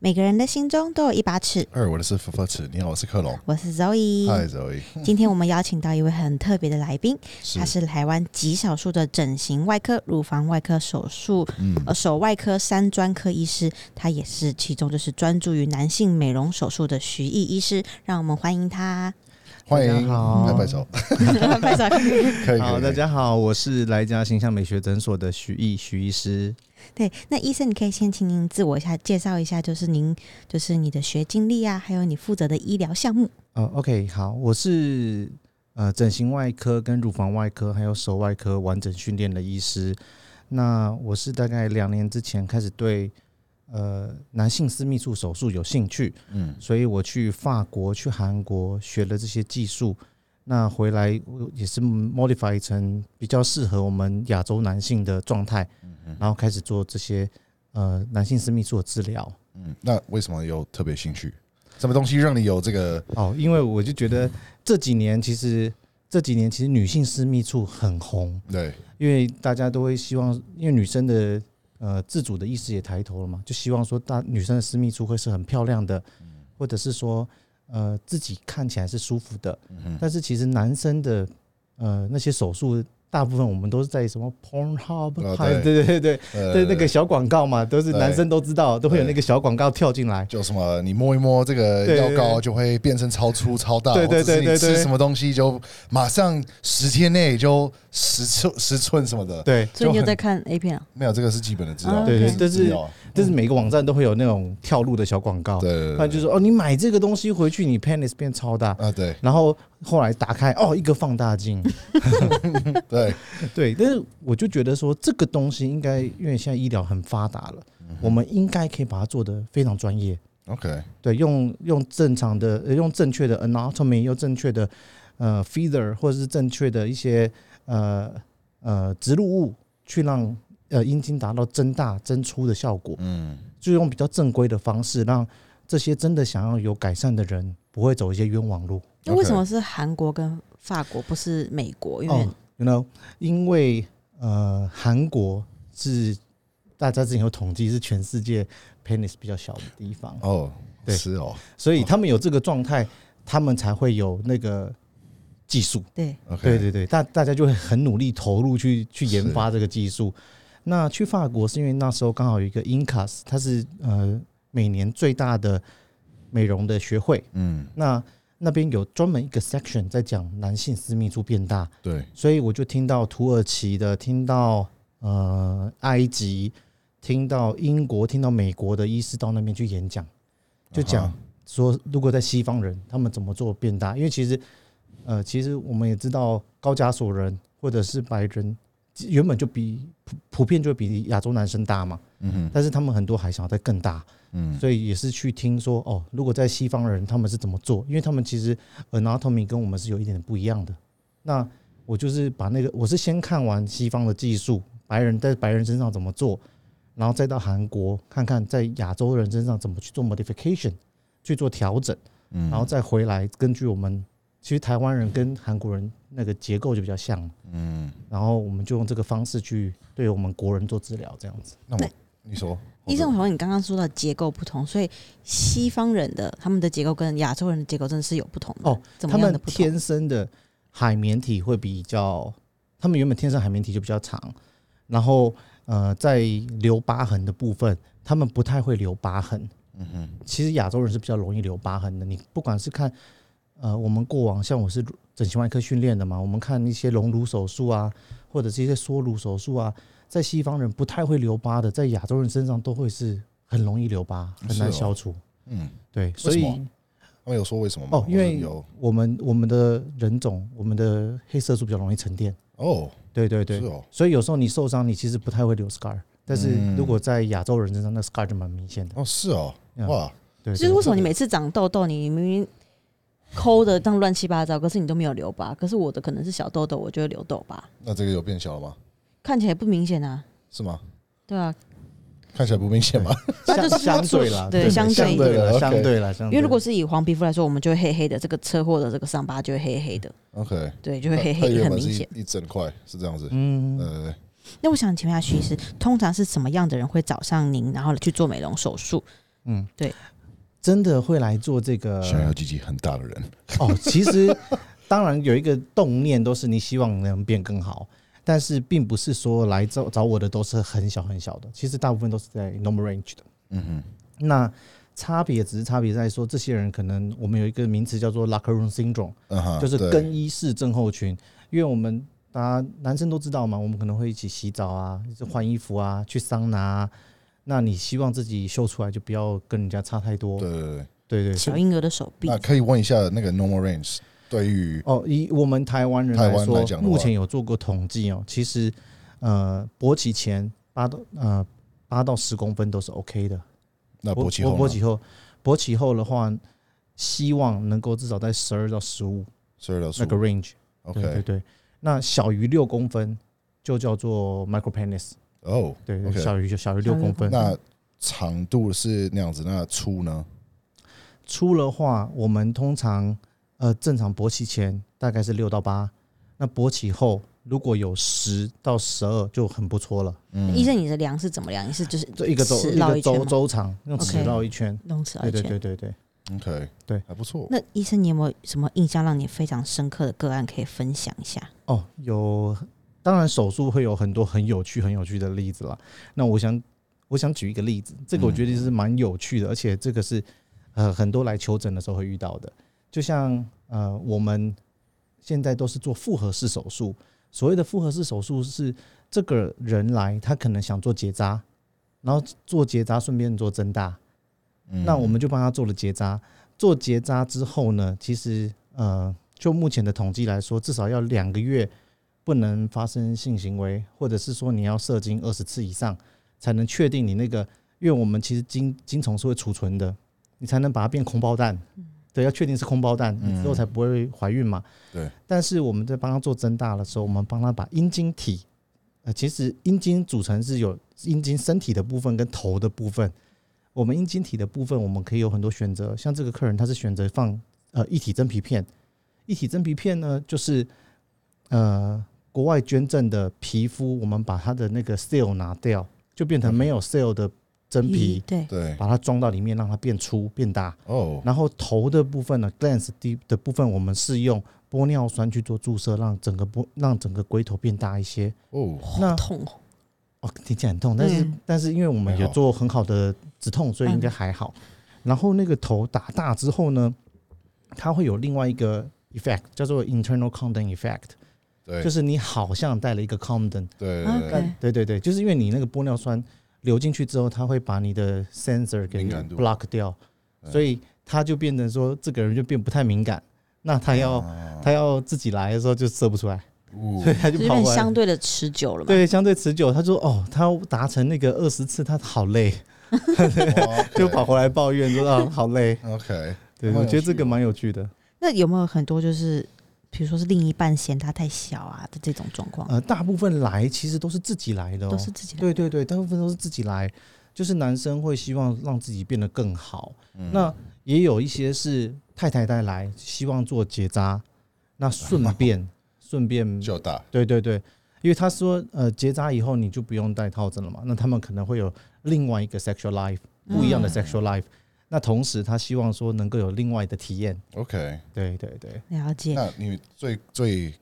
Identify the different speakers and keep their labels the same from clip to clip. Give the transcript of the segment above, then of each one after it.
Speaker 1: 每个人的心中都有一把尺。
Speaker 2: 二，我的是佛佛尺，你好，我是克隆。
Speaker 1: 我是 Zoe，
Speaker 2: 嗨，Zoe，
Speaker 1: 今天我们邀请到一位很特别的来宾，
Speaker 2: 是
Speaker 1: 他是台湾极少数的整形外科、乳房外科手术、
Speaker 2: 嗯
Speaker 1: 呃手外科三专科医师，他也是其中就是专注于男性美容手术的徐毅医师，让我们欢迎他。
Speaker 2: 欢
Speaker 3: 大
Speaker 2: 迎
Speaker 3: 家好
Speaker 2: 拍拍手，
Speaker 1: 拍手
Speaker 2: 可以，可
Speaker 3: 好，
Speaker 2: 以
Speaker 3: 大，家好，我是来家形象美学诊所的徐毅徐医师。
Speaker 1: 对，那医生，你可以先请您自我一下介绍一下，就是您就是你的学经历啊，还有你负责的医疗项目。
Speaker 3: 哦，OK，好，我是呃整形外科、跟乳房外科还有手外科完整训练的医师。那我是大概两年之前开始对呃男性私密处手术有兴趣，
Speaker 2: 可以嗯，
Speaker 3: 所以我去法国、去韩国学了这些技术，那回来我也是 modify 成比较适合我们亚洲男性的状态，然后开始做这些呃男性私密处的治疗。
Speaker 2: 嗯，那为什么有特别兴趣？什么东西让你有这个？
Speaker 3: 哦，因为我就觉
Speaker 2: 嗯
Speaker 3: 得这几年其实这几年其实女性私密处很红，
Speaker 2: 对，
Speaker 3: 因为大家都会希望，因为女生的呃自主的意识也抬头了嘛，就希望说大女生的私密处会是很漂亮的，
Speaker 2: 嗯
Speaker 3: 或者是说呃自己看起来是舒服
Speaker 2: 嗯
Speaker 3: 的。但是其实男生的呃那些手术，大部分我们都是在什么 Pornhub，、
Speaker 2: 哦
Speaker 3: 还有
Speaker 2: 对
Speaker 3: 对对对
Speaker 2: 呃
Speaker 3: 对，那个小广告嘛，都是
Speaker 2: 对
Speaker 3: 男生都知道，都会有
Speaker 2: 对
Speaker 3: 那个小广告跳进来。
Speaker 2: 就什么，你摸一摸这个
Speaker 3: 对
Speaker 2: 药
Speaker 3: 对
Speaker 2: 膏就会变成超粗超大，
Speaker 3: 嗯对对
Speaker 2: 或者是
Speaker 3: 对对
Speaker 2: 你
Speaker 3: 对
Speaker 2: 吃什么东西就马上十天内就十寸十寸什么的，
Speaker 3: 对，
Speaker 1: 所以你有
Speaker 2: 就很
Speaker 1: 在看 A 片啊？
Speaker 2: 没有这个是基本的资料，
Speaker 1: 啊对对
Speaker 2: 是
Speaker 3: 但是
Speaker 2: 资料
Speaker 3: 就是每个网站都会有那种跳路的小广告，
Speaker 2: 对对对
Speaker 3: 那就是说哦，你买这个东西回去，你 penis 变超大，
Speaker 2: 啊， 对
Speaker 3: 然后后来打开哦，一个放大 镜，
Speaker 2: 对，
Speaker 3: 对。但是我就觉得说，这个东西应该，因为现在医疗很发达了，
Speaker 2: 嗯
Speaker 3: 我们应该可以把它做得非常专业，
Speaker 2: OK，
Speaker 3: 对，用用正常的、呃用正确的 anatomy，用正确的呃 feeder，或者是正确的一些呃呃植入物，去让呃阴茎达到增大增粗的效果。
Speaker 2: 嗯，
Speaker 3: 就用比较正规的方式，让这些真的想要有改善的人不会走一些冤枉路。
Speaker 1: 那
Speaker 2: OK
Speaker 1: 为什么是韩国跟法国，不是美国？因为、
Speaker 3: 哦 you know，因为呃，韩国是大家之前有统计是全世界 penis 比较小的地方，
Speaker 2: 哦，
Speaker 3: 对
Speaker 2: 是哦
Speaker 3: 所以他们有这个状态，他们才会有那个技术。
Speaker 1: 对
Speaker 2: ，OK，
Speaker 3: 对对对，大大家就会很努力投入去去研发这个技术。那去法国是因为那时候刚好有一个 Incas，它是呃每年最大的美容的学会，
Speaker 2: 嗯，
Speaker 3: 那那边有专门一个 section 在讲男性私密处变大，
Speaker 2: 对，
Speaker 3: 所以我就听到土耳其的，听到呃埃及，听到英国，听到美国的医师到那边去演讲，就
Speaker 2: 啊
Speaker 3: 讲
Speaker 2: 哈
Speaker 3: 说如果在西方人他们怎么做变大，因为其实呃其实我们也知道高加索人或者是白人原本就比普普遍就比亚洲男生大嘛，
Speaker 2: 嗯哼，
Speaker 3: 但是他们很多还想要再更大，
Speaker 2: 嗯，
Speaker 3: 所以也是去听说哦，如果在西方人他们是怎么做，因为他们其实 anatomy 跟我们是有一点不一样的。那我就是把那个，我是先看完西方的技术，白人在白人身上怎么做，然后再到韩国看看在亚洲人身上怎么去做 modification，去做调整，
Speaker 2: 嗯
Speaker 3: 然后再回来根据我们其实台湾人跟韩国人那个结构就比较像，
Speaker 2: 嗯，
Speaker 3: 然后我们就用这个方式去对我们国人做治疗，这样子。
Speaker 2: 那我你说，
Speaker 1: 医生，我想问你刚刚说到结构不同，所以西方人的他们的结构跟亚洲人的结构真的是有不同的
Speaker 3: 哦，
Speaker 1: 怎
Speaker 3: 他
Speaker 1: 么样
Speaker 3: 们
Speaker 1: 的不同？
Speaker 3: 天生的海绵体会比较，他们原本天生海绵体就比较长，然后呃，在留疤痕的部分，他们不太会留疤痕。
Speaker 2: 嗯哼，
Speaker 3: 其实亚洲人是比较容易留疤痕的，你不管是看呃，我们过往像我是整形外科训练的嘛，我们看一些隆乳手术啊，或者是一些缩乳手术啊，在西方人不太会留疤的，在亚洲人身上都会是很容易留疤，很
Speaker 2: 是哦
Speaker 3: 难消除。
Speaker 2: 嗯，
Speaker 3: 对，所
Speaker 2: 为
Speaker 3: 以
Speaker 2: 什么他们有说为什么吗？
Speaker 3: 哦，因
Speaker 2: 或者
Speaker 3: 为
Speaker 2: 有
Speaker 3: 我们我们的人种，我们的黑色素比较容易沉淀。
Speaker 2: 哦，
Speaker 3: 对对
Speaker 2: 是
Speaker 3: 对，
Speaker 2: 哦，
Speaker 3: 所以有时候你受伤，你其实不太会留 scar，
Speaker 2: 嗯
Speaker 3: 但是如果在亚洲人身上，那 scar 就蛮明显的。
Speaker 2: 哦是哦，
Speaker 3: 嗯
Speaker 2: 哇，
Speaker 3: 对，
Speaker 1: 就是为什么你每次长痘痘，你明明抠的这样乱七八糟，可是你都没有留疤，可是我的可能是小痘痘，我就会留痘疤，
Speaker 2: 那这个有变小了吗？
Speaker 1: 看起来不明显啊，
Speaker 2: 是吗？
Speaker 1: 对啊，
Speaker 2: 看起来不明 显吗？
Speaker 1: 那就是
Speaker 3: 相
Speaker 1: 他
Speaker 3: 相
Speaker 1: 做
Speaker 3: 对啦，
Speaker 1: 对相对
Speaker 3: 相对啦，
Speaker 2: OK
Speaker 3: 相对啦，相对
Speaker 1: 因
Speaker 3: 啦。
Speaker 1: 为如果是以黄皮肤来说，我们就会黑黑的，这个车祸的这个伤疤就会黑黑的，
Speaker 2: OK，
Speaker 1: 对，就会 黑
Speaker 2: 它
Speaker 1: 黑
Speaker 2: 原
Speaker 1: 很
Speaker 2: 本是
Speaker 1: 明
Speaker 2: 一
Speaker 1: 显。
Speaker 2: 一整块是这样子，
Speaker 3: 嗯，
Speaker 2: 呃，
Speaker 1: 那我想请问一下徐医师，通常是什么样的人会找上您，然后去做美容手术？
Speaker 3: 嗯，
Speaker 1: 对，
Speaker 3: 真的会来做这个
Speaker 2: 想要积极很大的人，
Speaker 3: 哦。其实当然有一个动念，都是你希望能变更好，但是并不是说来找找我的都是很小很小的，其实大部分都是在 normal range 的。
Speaker 2: 嗯
Speaker 3: 那差别只是差别在说，这些人可能我们有一个名词叫做 locker room syndrome，
Speaker 2: 哼，嗯哼，
Speaker 3: 就是
Speaker 2: 对
Speaker 3: 更衣室症候群，因为我们大家男生都知道嘛，我们可能会一起洗澡啊，就换衣服啊，去桑拿、啊。那你希望自己秀出来，就不要跟人家差太多。
Speaker 2: 对对对。
Speaker 3: 对对
Speaker 1: 小婴儿的手臂
Speaker 2: 那可以问一下那个 normal range 对于
Speaker 3: 哦，以我们台湾人
Speaker 2: 台湾
Speaker 3: 说
Speaker 2: 来，讲的话
Speaker 3: 目前有做过统计哦，其实呃，勃起前八到呃八到十公分都是 OK 的，
Speaker 2: 那勃起
Speaker 3: 勃
Speaker 2: 后呢
Speaker 3: 起后，勃起后的话，希望能够至少在十二到十五
Speaker 2: 所以到
Speaker 3: 那个 range。对对
Speaker 2: OK
Speaker 3: 对，那小于六公分就叫做 micro penis，
Speaker 2: 哦，
Speaker 3: 对对
Speaker 2: OK
Speaker 3: 小于小于六公分。
Speaker 2: 那长度是那样子，那粗呢？
Speaker 3: 粗的话，我们通常呃正常勃起前大概是六到八，那勃起后如果有十到十二就很不错了，
Speaker 2: 嗯
Speaker 1: 医生，你的量是怎么量？你是就是
Speaker 3: 这一个周
Speaker 1: 尺
Speaker 3: 一
Speaker 1: 绕
Speaker 3: 个
Speaker 1: 一圈
Speaker 3: 周
Speaker 1: 吗
Speaker 3: 周长用尺
Speaker 1: OK
Speaker 3: 绕一圈，
Speaker 1: 弄尺
Speaker 3: 对
Speaker 1: 而
Speaker 3: 对
Speaker 1: 圈。
Speaker 3: 对对对。
Speaker 2: 嗯 OK，
Speaker 3: 对
Speaker 2: 还不错。
Speaker 1: 那医生，你有没有什么印象让你非常深刻的个案可以分享一下？
Speaker 3: 哦，有，当然手术会有很多很有趣、很有趣的例子啦。那我想，我想举一个例子，这个我觉得是蛮有趣的，而且这个是呃很多来求诊的时候会遇到的。就像呃我们现在都是做复合式手术，所谓的复合式手术是这个人来，他可能想做结扎，然后做结扎顺便做增大，
Speaker 2: 嗯
Speaker 3: 那我们就帮他做了结扎。做结扎之后呢，其实呃，就目前的统计来说，至少要两个月不能发生性行为，或者是说你要射精二十次以上，才能确定你那个，因为我们其实精精虫是会储存的，你才能把它变空包蛋。对，要确定是空包蛋，你之后才不会怀孕嘛。
Speaker 2: 对。
Speaker 3: 但是我们在帮他做增大的时候，我们帮他把阴茎体，呃，其实阴茎组成是有阴茎身体的部分跟头的部分。我们阴茎体的部分，我们可以有很多选择。像这个客人，他是选择放呃一体真皮片，一体真皮片呢，就是呃国外捐赠的皮肤，我们把它的那个 seal 拿掉，就变成没有 seal 的真皮，
Speaker 1: 对，
Speaker 2: 对
Speaker 3: 把它装到里面，让它变粗变大。
Speaker 2: 哦，
Speaker 3: 然后头的部分呢，glans 的的部分，我们是用玻尿酸去做注射，让整个玻让整个龟头变大一些。
Speaker 2: 哦，
Speaker 3: 那
Speaker 1: 好痛哦。
Speaker 3: 哦，听起来很痛，但是、
Speaker 1: 嗯
Speaker 3: 但是因为我们
Speaker 2: 还
Speaker 3: 有
Speaker 2: 好
Speaker 3: 做很好的止痛，所以应该还好。然后那个头打大之后呢，它会有另外一个 effect 叫做 internal condom effect，
Speaker 2: 对，
Speaker 3: 就是你好像带了一个 condom，
Speaker 2: 对
Speaker 1: 啊
Speaker 2: 对
Speaker 1: 可以
Speaker 2: 对，
Speaker 3: 对对对，就是因为你那个玻尿酸流进去之后，它会把你的 sensor 给
Speaker 2: 敏感度
Speaker 3: block 掉，
Speaker 2: 嗯
Speaker 3: 所以它就变成说这个人就变不太敏感。那他要、
Speaker 2: 啊
Speaker 3: 他要自己来的时候就射不出来，
Speaker 2: 哦
Speaker 3: 所以他就
Speaker 1: 就是
Speaker 3: 跑
Speaker 1: 变
Speaker 3: 过来
Speaker 1: 相对的持久了嘛。
Speaker 3: 对，相对持久。他说：“哦，他达成那个二十次，他好累，
Speaker 2: 哇
Speaker 3: 就跑回来抱怨 说啊，好累。
Speaker 2: OK，”
Speaker 3: 对，
Speaker 2: 蛮有
Speaker 3: 我觉得
Speaker 2: 趣
Speaker 3: 这个
Speaker 2: 的
Speaker 3: 蛮有趣的。
Speaker 1: 那有没有很多就是，比如说是另一半嫌他太小啊的这种状况，
Speaker 3: 呃，大部分来其实都是自己来的、哦，
Speaker 1: 都是自己来
Speaker 3: 对对对，大部分都是自己来，就是男生会希望让自己变得更好。
Speaker 2: 嗯
Speaker 3: 那也有一些是太太带来，希望做结扎，那顺便顺 便，
Speaker 2: 就大
Speaker 3: 对对对，因为他说呃结扎以后你就不用戴套子了嘛，那他们可能会有另外一个 sexual life，不一样的 sexual life。那同时，他希望说能够有另外的体验，
Speaker 2: OK。
Speaker 3: 对对对，
Speaker 1: 了解。
Speaker 2: 那你最最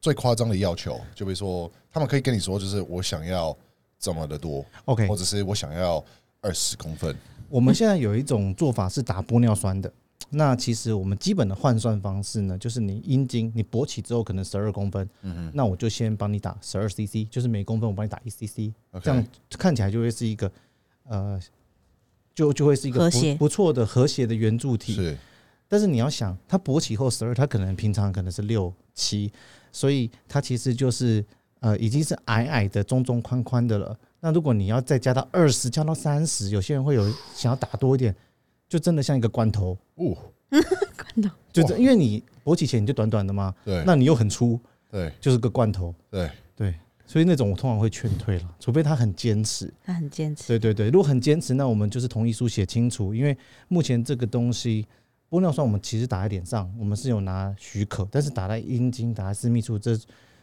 Speaker 2: 最夸张的要求，就比如说他们可以跟你说，就是我想要这么的多，
Speaker 3: OK，
Speaker 2: 或者是我想要二十公分。
Speaker 3: 我们现在有一种做法是打玻尿酸的。那其实我们基本的换算方式呢，就是你阴茎你勃起之后可能十二公分，那我就先帮你打十二 CC，就是每公分我帮你打一 CC，这样
Speaker 2: OK，
Speaker 3: 看起来就会是一个呃，就就会是一个
Speaker 1: 和
Speaker 3: 不
Speaker 1: 谐
Speaker 3: 不错的和谐的圆柱体。
Speaker 2: 是
Speaker 3: 但是你要想，它勃起后十二，它可能平常可能是六七，所以它其实就是呃已经是矮矮的、中中宽宽的了。那如果你要再加到二十，加到三十，有些人会有想要打多一点，就真的像一个罐头，
Speaker 2: 哦，
Speaker 3: 就
Speaker 2: 哇
Speaker 3: 这因为你勃起前你就短短的嘛，
Speaker 2: 对，
Speaker 3: 那你又很粗，
Speaker 2: 对
Speaker 3: 就是个罐头，
Speaker 2: 对，
Speaker 3: 对。所以那种我通常会劝退了，除非他很坚持。
Speaker 1: 他很坚持，
Speaker 3: 对对对，如果很坚持，那我们就是同意书写清楚，因为目前这个东西玻尿酸我们其实打在脸上，我们是有拿许可，但是打在阴茎、打在私密处，这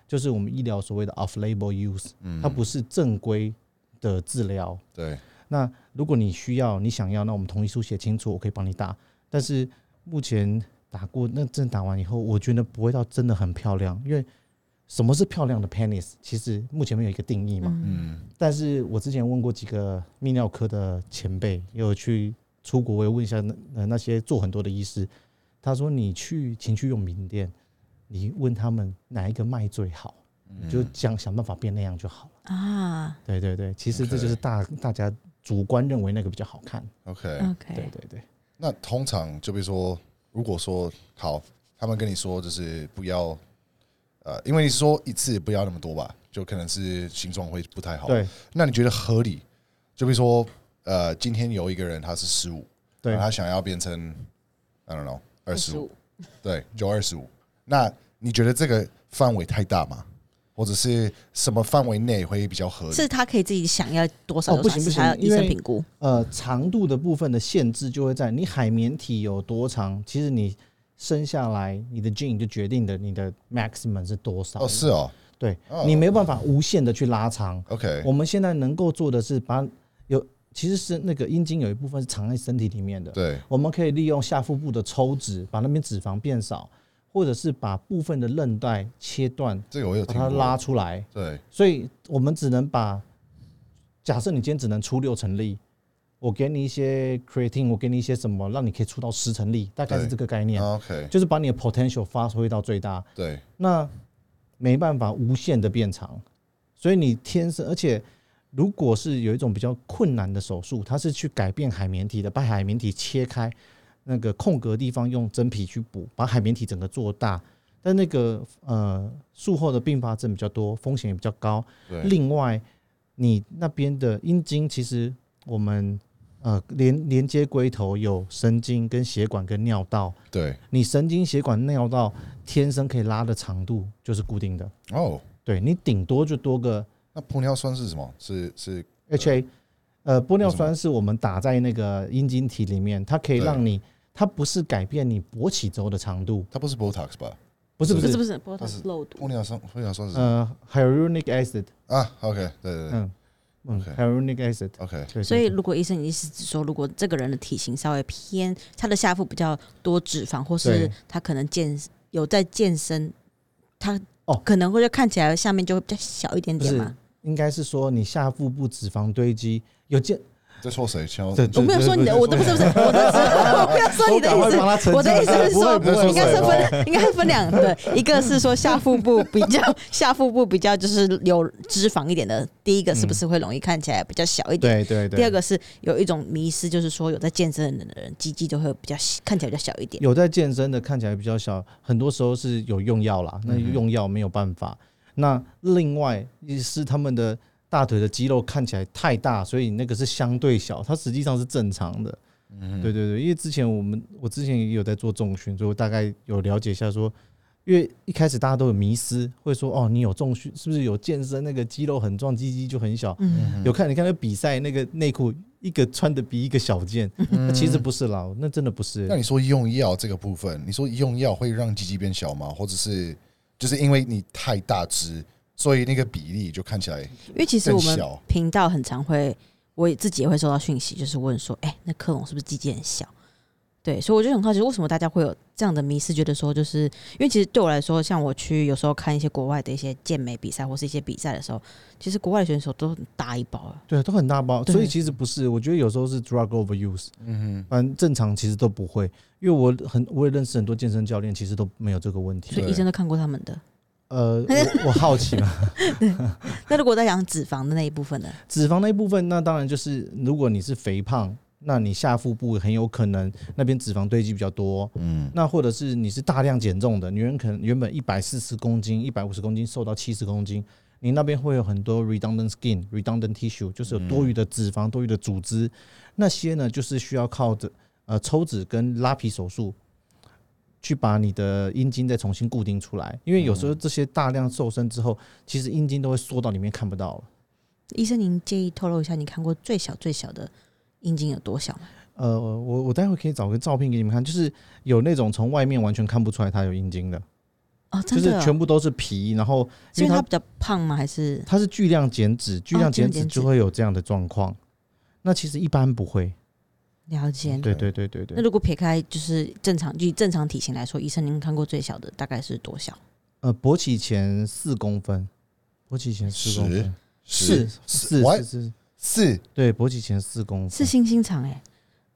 Speaker 3: 就是我们医疗所谓的 off-label use，它不是正规的治疗。
Speaker 2: 对
Speaker 3: 那如果你需要，你想要，那我们同意书写清楚，我可以帮你打。但是目前打过那针打完以后，我觉得不会到真的很漂亮，因为什么是漂亮的 penis？其实目前没有一个定义嘛。
Speaker 2: 嗯，
Speaker 3: 但是我之前问过几个泌尿科的前辈，也有去出国，我也问一下那呃那些做很多的医师，他说你去情趣用品店，你问他们哪一个卖最好，
Speaker 2: 嗯
Speaker 3: 你就想想办法变那样就好了。
Speaker 1: 啊
Speaker 3: 对对对，其实这
Speaker 2: OK
Speaker 3: 就是大大家主观认为那个比较好看。
Speaker 2: OK，
Speaker 3: 对
Speaker 1: ，OK，
Speaker 3: 对对，
Speaker 2: 那通常就比如说，如果说好，他们跟你说就是不要，呃，因为你说一次不要那么多吧，就可能是形状会不太好。，
Speaker 3: 对
Speaker 2: 那你觉得合理？就比如说，呃，今天有一个人他是十五，
Speaker 3: 对，
Speaker 2: 他想要变成，I don't know，二十五，
Speaker 1: 25，
Speaker 2: 对，就二十五。那你觉得这个范围太大吗？或者是什么范围内会比较合理？
Speaker 1: 是他可以自己想要多少
Speaker 3: 哦
Speaker 1: 多
Speaker 3: 不
Speaker 1: 少，还
Speaker 3: 行不
Speaker 1: 是
Speaker 3: 行
Speaker 1: 还要医生
Speaker 3: 因为
Speaker 1: 评估？
Speaker 3: 呃，长度的部分的限制就会在你海绵体有多长，其实你生下来你的 gene 就决定的你的 maximum 是多少。
Speaker 2: 哦，是哦
Speaker 3: 对
Speaker 2: 哦，
Speaker 3: 你没有办法无限的去拉长。
Speaker 2: ，OK，
Speaker 3: 我们现在能够做的是把有，其实是那个阴茎有一部分是藏在身体里面的，
Speaker 2: 对，
Speaker 3: 我们可以利用下腹部的抽脂，把那边脂肪变少，或者是把部分的韧带切断，
Speaker 2: 这个我有
Speaker 3: 把
Speaker 2: 听
Speaker 3: 它
Speaker 2: 过。
Speaker 3: 拉出来。
Speaker 2: 对，
Speaker 3: 所以我们只能把，假设你今天只能出六成力，我给你一些 creatine，我给你一些什么，让你可以出到十成力，大概是
Speaker 2: 对
Speaker 3: 这个概念，
Speaker 2: 啊 OK，
Speaker 3: 就是把你的 potential 发挥到最大。
Speaker 2: 对，
Speaker 3: 那没办法无限的变长，所以你天生，而且如果是有一种比较困难的手术，它是去改变海绵体的，把海绵体切开，那个空格地方用真皮去补，把海绵体整个做大。但那个呃，术后的并发症比较多，风险也比较高。
Speaker 2: 对，
Speaker 3: 另外，你那边的阴茎，其实我们呃连连接龟头有神经跟血管跟尿道，
Speaker 2: 对，
Speaker 3: 你神经血管尿道天生可以拉的长度就是固定的，
Speaker 2: 哦，
Speaker 3: 对你顶多就多个
Speaker 2: 那玻尿酸是什么？是是
Speaker 3: HA，呃，玻尿酸是我们打在那个阴茎体里面，它可以
Speaker 2: 对
Speaker 3: 让你，它不是改变你勃起周的长度，
Speaker 2: 它不是 Botox 吧？
Speaker 3: 不是不
Speaker 2: 不
Speaker 1: 是
Speaker 3: 是，
Speaker 1: 不是波
Speaker 2: 它
Speaker 1: 涛
Speaker 2: 是
Speaker 1: 漏
Speaker 2: 玻
Speaker 1: 毒？
Speaker 2: 尿酸，玻尿酸是什么
Speaker 3: 呃，hyaluronic acid，
Speaker 2: 啊？OK，对对对
Speaker 3: 嗯嗯
Speaker 2: OK
Speaker 3: ，hyaluronic acid，
Speaker 2: ，OK，
Speaker 3: 对对
Speaker 1: 所以，
Speaker 3: 对
Speaker 1: 如果医生你意思是说，如果这个人的体型稍微偏，他的下腹比较多脂肪，或是
Speaker 3: 对
Speaker 1: 他可能健有在健身，他
Speaker 3: 哦
Speaker 1: 可能会就看起来下面就会比较小一点
Speaker 3: 不
Speaker 1: 点
Speaker 3: 是
Speaker 1: 嘛。
Speaker 3: 应该是说你下腹部脂肪堆积有见，
Speaker 1: 哦
Speaker 2: 在说谁？千万
Speaker 3: 对
Speaker 1: 我
Speaker 3: 对
Speaker 1: 没有说你的，
Speaker 3: 不是
Speaker 1: 我的不是不是，我的是我没有说你的意
Speaker 3: 我赶
Speaker 1: 思
Speaker 3: 快帮他澄。清
Speaker 1: 我的意思是说，
Speaker 2: 不会不会
Speaker 1: 应该是
Speaker 2: 不会
Speaker 1: 分，应该是分两个，一个是说下腹部比较下腹部比较就是有脂肪一点的，第一个是不是会容易看起来比较小一点？
Speaker 3: 对对对，
Speaker 1: 第二个是有一种迷失，就是说有在健身的人，鸡鸡就会比较细看起来比较小一点。
Speaker 3: 有在健身的看起来比较小，很多时候是有用药
Speaker 1: 嗯
Speaker 3: 啦，那用药没有办法。那另外是他们的大腿的肌肉看起来太大，所以那个是相对小，它实际上是正常的。
Speaker 1: 嗯
Speaker 3: 对对对，因为之前我们我之前也有在做重训，所以我大概有了解一下说。因为一开始大家都有迷思，会说哦，你有重训是不是有健身那个肌肉很壮，鸡鸡就很小？
Speaker 1: 嗯，
Speaker 3: 有看你看那比赛那个内裤，一个穿的比一个小件，
Speaker 1: 嗯
Speaker 3: 其实不是啦，那真的不是。
Speaker 2: 那你说用药这个部分，你说用药会让鸡鸡变小吗？或者是就是因为你太大只，所以那个比例就看起来
Speaker 1: 因为其实我们
Speaker 2: 更小
Speaker 1: 频道很常会，我也自己也会收到讯息，就是问说，哎、那克隆是不是鸡鸡很小？对，所以我就很好奇，为什么大家会有这样的迷思，觉得说，就是因为其实对我来说，像我去有时候看一些国外的一些健美比赛或是一些比赛的时候，其实国外的选手都很大一包啊。
Speaker 3: 对，都很大包，
Speaker 1: 对
Speaker 3: 所以其实不是，我觉得有时候是 drug overuse，嗯哼，反正正常其实都不会，因为我很我也认识很多健身教练，其实都没有这个问
Speaker 1: 所
Speaker 3: 题。
Speaker 1: 以医生都看过他们的。
Speaker 3: 呃，我我好奇嘛，
Speaker 1: 那如果在讲脂肪的那一部分呢？
Speaker 3: 脂肪那一部分，那当然就是如果你是肥胖，那你下腹部很有可能那边脂肪堆积比较多，嗯，那或者是你是大量减重的，女人可能原本一百四十公斤、一百五十公斤瘦到七十公斤。你那边会有很多 redundant skin、redundant tissue，就是有多余的脂肪、多余的组织，那些呢，就是需要靠着呃抽脂跟拉皮手术，去把你的阴茎再重新固定出来。因为有时候这些大量瘦身之后，其实阴茎都会缩到里面看不到了。
Speaker 1: 医生，您介意透露一下，你看过最小最小的阴茎有多小吗？
Speaker 3: 呃，我我待会可以找个照片给你们看，就是有那种从外面完全看不出来它有阴茎的，
Speaker 1: 哦，
Speaker 3: 就
Speaker 1: 真
Speaker 3: 是
Speaker 1: 的、哦，
Speaker 3: 全部都是皮，然后
Speaker 1: 是因
Speaker 3: 因
Speaker 1: 为
Speaker 3: 为它
Speaker 1: 他比较胖吗？还是
Speaker 3: 哦它是巨量减脂，巨量减
Speaker 1: 巨量减
Speaker 3: 脂
Speaker 1: 脂
Speaker 3: 就会有这样的状况。那其实一般不会。
Speaker 1: 了解。
Speaker 3: 对对对对
Speaker 1: 嗯那
Speaker 3: 对。
Speaker 1: 如果撇开就是正常，就以正常体型来说，医生您看过最小的大概是多小？
Speaker 3: 呃，勃起前四公分，勃起前四公分，
Speaker 2: 十
Speaker 3: 是四
Speaker 2: ，what？
Speaker 3: 是是，
Speaker 2: 四
Speaker 3: 对，勃起前四公
Speaker 1: 是
Speaker 3: 分。
Speaker 1: 新兴肠哎，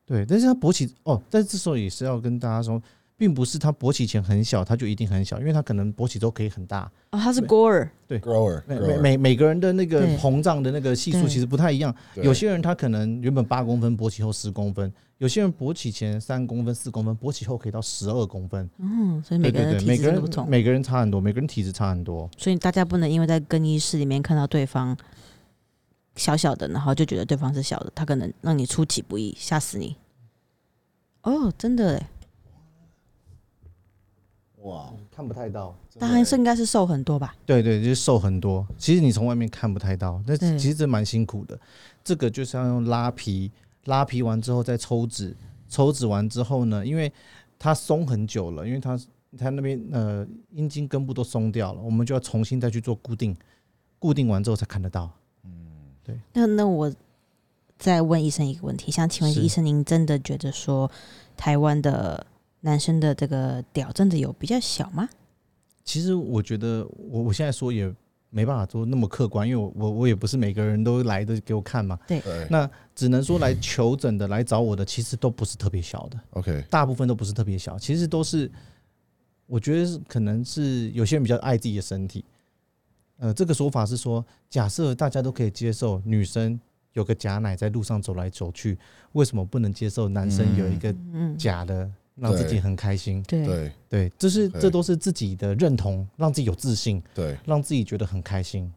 Speaker 3: 对，但是它勃起哦，但是这时候也是要跟大家说，并不是它勃起前很小，它就一定很小，因为它可能勃起之后可以很大。
Speaker 1: 哦，它是锅儿，
Speaker 2: grower，
Speaker 3: 每
Speaker 2: grower
Speaker 3: 每每每个人的那个
Speaker 1: 对
Speaker 3: 膨胀的那个系数
Speaker 1: 对
Speaker 3: 其实不太一样，
Speaker 2: 对
Speaker 3: 有些人他可能原本八公分，勃起后十公分；有些人勃起前三公分、四公分，勃起后可以到十二公分。
Speaker 1: 嗯，所以每
Speaker 3: 对
Speaker 1: 个人的
Speaker 3: 对对，
Speaker 1: 体
Speaker 3: 每
Speaker 1: 质
Speaker 3: 个
Speaker 1: 真的不同
Speaker 3: 人，每个人差很多，每个人体质差很多。
Speaker 1: 所以大家不能因为在更衣室里面看到对方小小的，然后就觉得对方是小的，他可能让你出其不意，吓死你。哦，真的哎，
Speaker 2: 哇，
Speaker 3: 看不太到，
Speaker 1: 大汉是应该是瘦很多吧？
Speaker 3: 对对，就是瘦很多。其实你从外面看不太到，那
Speaker 1: 对
Speaker 3: 其实这蛮辛苦的。这个就是要用拉皮，拉皮完之后再抽脂，抽脂完之后呢，因为它松很久了，因为它它那边呃阴茎根部都松掉了，我们就要重新再去做固定，固定完之后才看得到。
Speaker 1: 那那我再问医生一个问题，想请问
Speaker 3: 是
Speaker 1: 医生，您真的觉得说台湾的男生的这个屌真的有比较小吗？
Speaker 3: 其实我觉得我我现在说也没办法做那么客观，因为我我我也不是每个人都来的给我看嘛，
Speaker 2: 对
Speaker 3: 那只能说来求诊的来找我的其实都不是特别小的。
Speaker 2: ，OK，
Speaker 3: 大部分都不是特别小，其实都是，我觉得是可能是有些人比较爱自己的身体。呃，这个说法是说，假设大家都可以接受女生有个假奶在路上走来走去，为什么不能接受男生有一个
Speaker 1: 嗯，
Speaker 3: 呃假的，让自己很开心？
Speaker 1: 对，
Speaker 2: 对
Speaker 3: 对，这是
Speaker 2: 对
Speaker 3: 这都是自己的认同，让自己有自信，
Speaker 2: 对，
Speaker 3: 让自己觉得很开心。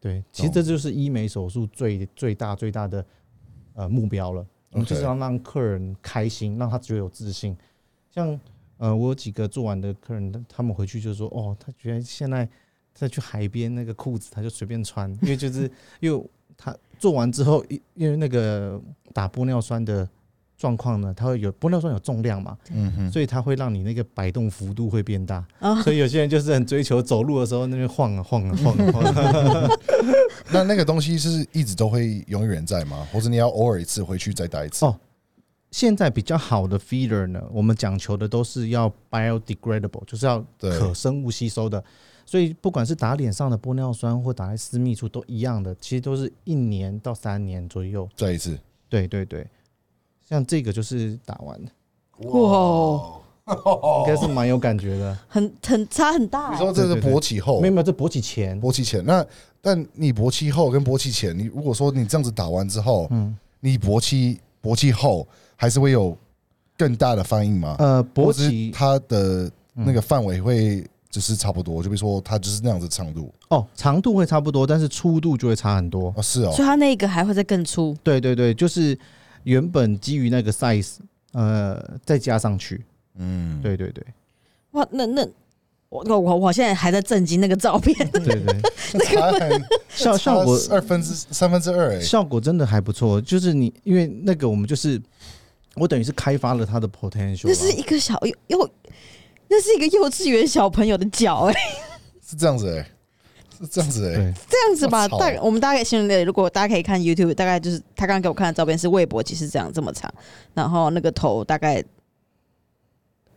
Speaker 3: 对，其实这就是医美手术最最大最大的呃目标了。我们就是
Speaker 2: OK
Speaker 3: 要让客人开心，让他觉得有自信。像呃，我有几个做完的客人，他们回去就说：“哦，他觉得现在再去海边那个裤子，他就随便穿，因为就是因为他做完之后，因因为那个打玻尿酸的状况呢，它会有玻尿酸有重量嘛，
Speaker 2: 嗯哼，
Speaker 3: 所以它会让你那个摆动幅度会变大。
Speaker 1: 哦，
Speaker 3: 所以有些人就是很追求走路的时候那边晃啊晃啊晃啊晃啊。
Speaker 2: 那那个东西是一直都会永远在吗？或者你要偶尔一次回去再打一次？
Speaker 3: 哦现在比较好的 feeder 呢，我们讲求的都是要 biodegradable，就是要
Speaker 2: 对
Speaker 3: 可生物吸收的。所以不管是打脸上的玻尿酸或打在私密处都一样的，其实都是一年到三年左右。
Speaker 2: 再一次，
Speaker 3: 对对对，像这个就是打完的，
Speaker 1: 哇，
Speaker 3: 应该是蛮有感觉的。
Speaker 1: 很很差很大
Speaker 2: 你
Speaker 1: 欸，
Speaker 2: 说这是
Speaker 3: 哦对对对
Speaker 2: 勃起后
Speaker 3: 没有，没有，这勃起前，
Speaker 2: 哦勃起前，那但你勃起后跟勃起前，你如果说你这样子打完之后，
Speaker 3: 嗯，
Speaker 2: 你勃起勃起后还是会有更大的反应吗？
Speaker 3: 呃，勃
Speaker 2: 或者是
Speaker 3: 起
Speaker 2: 它的那个范围会就是差不多，就比如说它就是那样子长度
Speaker 3: 哦，长度会差不多，但是粗度就会差很多。
Speaker 2: 啊，是哦
Speaker 1: 所，以它那个还会再更粗，
Speaker 3: 对对对，就是原本基于那个 size，呃，再加上去。
Speaker 2: 嗯，
Speaker 3: 对对对
Speaker 1: 哇，那那我我我我现在还在震惊那个照片，
Speaker 3: 对 对，
Speaker 2: 那差很
Speaker 3: 效效果
Speaker 2: 差二分之三分之二哎，
Speaker 3: 效果真的还不错，就是你因为那个我们就是我等于是开发了它的 potential，
Speaker 1: 那是
Speaker 3: 啦
Speaker 1: 一个小幼幼，那是一个幼稚园小朋友的脚哎、
Speaker 2: 是这样子哎，是这样子哎，
Speaker 3: 对
Speaker 1: 这样子吧，
Speaker 2: 我操
Speaker 1: 大概我们大概形容的，如果大家可以看 YouTube，大概就是他刚刚给我看的照片是魏博，其实这样这么长，然后那个头大概。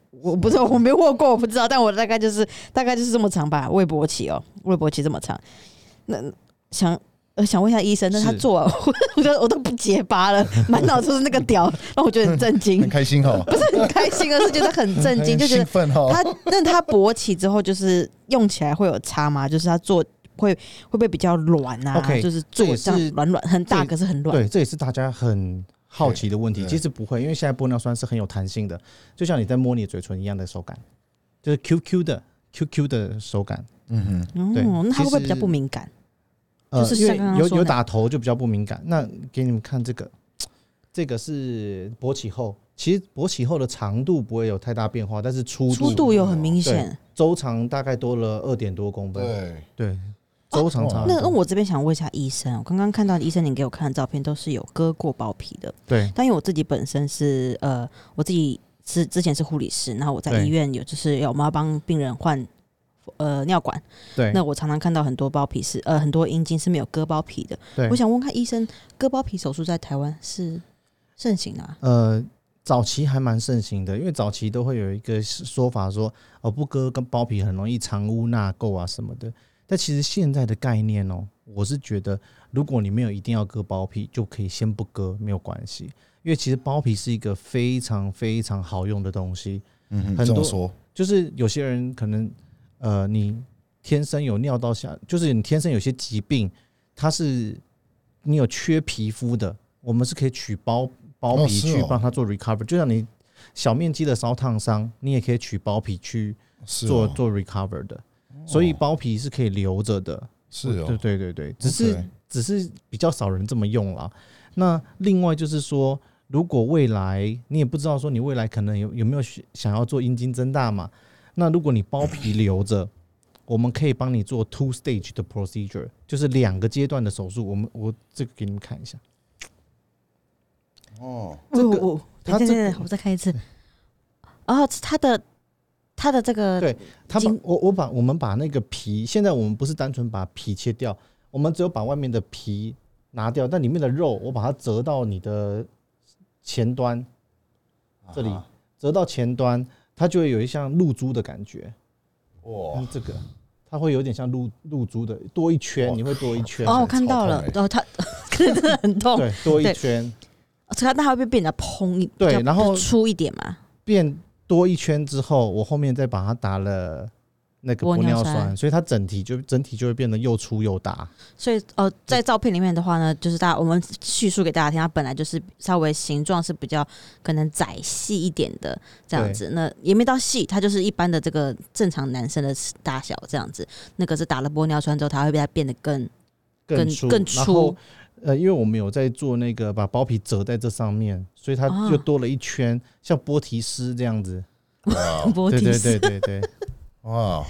Speaker 1: 我不是我没握过，我不知道，但我大概就是大概就是这么长吧，魏博起哦，魏博起这么长。那想呃想问一下医生，那他
Speaker 3: 是
Speaker 1: 做完，我 我都我都不结巴了，满脑子都是那个屌，让我觉得很震惊
Speaker 2: 很，开心哦，
Speaker 1: 不是很开心，而啊是觉得很震惊，就觉得
Speaker 2: 兴奋哦，
Speaker 1: 它那它勃起之后，就是用起来会有差吗？就是它做会会不会比较软啊
Speaker 3: OK，
Speaker 1: 就是
Speaker 3: 这
Speaker 1: 做
Speaker 3: 也
Speaker 1: 这样
Speaker 3: 是
Speaker 1: 软软很大，
Speaker 3: 这
Speaker 1: 可是很软。
Speaker 3: 对，这也是大家很好奇的问题。
Speaker 2: 对
Speaker 3: 其实不会，因为现在玻尿酸是很有弹性的，就像你在摸你的嘴唇一样的手感，就是 QQ 的 QQ 的手感。
Speaker 2: 嗯哼，
Speaker 3: 对
Speaker 1: 哦，那它会不会
Speaker 3: 其实
Speaker 1: 比较不敏感？
Speaker 3: 呃，
Speaker 1: 就是
Speaker 3: 因为
Speaker 1: 像刚刚
Speaker 3: 有
Speaker 1: 说
Speaker 3: 有
Speaker 1: 的
Speaker 3: 打头就比较不敏感。那给你们看这个，这个是勃起后，其实勃起后的长度不会有太大变化，但是粗度哦啊
Speaker 1: 粗度有很明显。
Speaker 3: 周长大概多了二点多公分。
Speaker 2: 对，
Speaker 3: 对，周长差
Speaker 2: 哦
Speaker 3: 很
Speaker 1: 那
Speaker 3: 多。
Speaker 1: 那我这边想问一下医生，哦我刚刚看到的医生您给我看的照片都是有割过包皮的，
Speaker 3: 对
Speaker 1: 但因为我自己本身是呃，我自己是之前是护理师，然后我在
Speaker 3: 对
Speaker 1: 医院有就是要我们要帮病人换呃尿管，
Speaker 3: 对
Speaker 1: 那我常常看到很多包皮是呃很多阴茎是没有割包皮的。
Speaker 3: 对
Speaker 1: 我，想问看医生，割包皮手术在台湾是盛行的、啊？
Speaker 3: 呃，早期还蛮盛行的，因为早期都会有一个说法说，哦，不割跟包皮很容易藏污纳垢啊什么的。但其实现在的概念哦，我是觉得，如果你没有一定要割包皮，就可以先不割，没有关系。因为其实包皮是一个非常非常好用的东西，
Speaker 2: 嗯哼，
Speaker 3: 很
Speaker 2: 这么
Speaker 3: 多
Speaker 2: 说，
Speaker 3: 就是有些人可能，呃，你天生有尿道下，就是你天生有些疾病，它是你有缺皮肤的，我们是可以取包包
Speaker 2: 哦
Speaker 3: 皮
Speaker 2: 是
Speaker 3: 去
Speaker 2: 哦
Speaker 3: 帮它做 recover，、就像你小面积的烧烫伤，你也可以取包皮去
Speaker 2: 是
Speaker 3: 做
Speaker 2: 哦
Speaker 3: 做 recover 的，所以包皮是可以留着的。
Speaker 2: 是
Speaker 3: 对
Speaker 2: 哦，
Speaker 3: 对对对，只是
Speaker 2: OK
Speaker 3: 只是比较少人这么用啦。那另外就是说，如果未来你也不知道说你未来可能有有没有需想要做阴茎增大嘛，那如果你包皮留着，我们可以帮你做 two stage 的 procedure，就是两个阶段的手术。我们我这个给你们看一下，
Speaker 2: 哦，
Speaker 3: 这个
Speaker 1: 我我
Speaker 3: 他
Speaker 1: 等一下
Speaker 3: 这
Speaker 1: 等一
Speaker 3: 个
Speaker 1: 下我再看一次。啊，他的他的这个哦
Speaker 3: 对他把
Speaker 1: 筋
Speaker 3: 我我把我们把那个皮，现在我们不是单纯把皮切掉，我们只有把外面的皮拿掉，但里面的肉我把它折到你的前端，这里
Speaker 2: 啊
Speaker 3: 折到前端，它就会有一像露珠的感觉。
Speaker 2: 哇
Speaker 3: 像，这个，它会有点像露露珠的，多一
Speaker 2: 哇
Speaker 3: 圈，你会多一圈。
Speaker 1: 哦，我看到了
Speaker 2: 超，
Speaker 1: 然后他 可能真的很痛，
Speaker 3: 对，多
Speaker 1: 哦对
Speaker 3: 一圈
Speaker 1: 它那它会变得蓬一，
Speaker 3: 对
Speaker 1: 比较
Speaker 3: 然后
Speaker 1: 粗一点嘛。
Speaker 3: 变多一圈之后，我后面再把它打了那个
Speaker 1: 玻
Speaker 3: 玻
Speaker 1: 尿
Speaker 3: 尿
Speaker 1: 酸
Speaker 3: 酸，所以它整体就整体就会变得又粗又大。
Speaker 1: 所以呃，在照片里面的话呢，就是大家我们叙述给大家听，它本来就是稍微形状是比较可能窄细一点的这样子，那也没到细，它就是一般的这个正常男生的大小这样子。那可是打了玻尿酸之后，它会被它变得更更
Speaker 3: 粗
Speaker 1: 更
Speaker 3: 然后
Speaker 1: 粗
Speaker 3: 呃，因为我们有在做那个把包皮折在这上面，所以它
Speaker 1: 啊
Speaker 3: 就多了一圈，像波提斯这样子。
Speaker 2: 哇
Speaker 1: 波
Speaker 3: 哦对
Speaker 1: 提
Speaker 3: 对
Speaker 1: 斯。
Speaker 3: 对对对，
Speaker 2: 哇，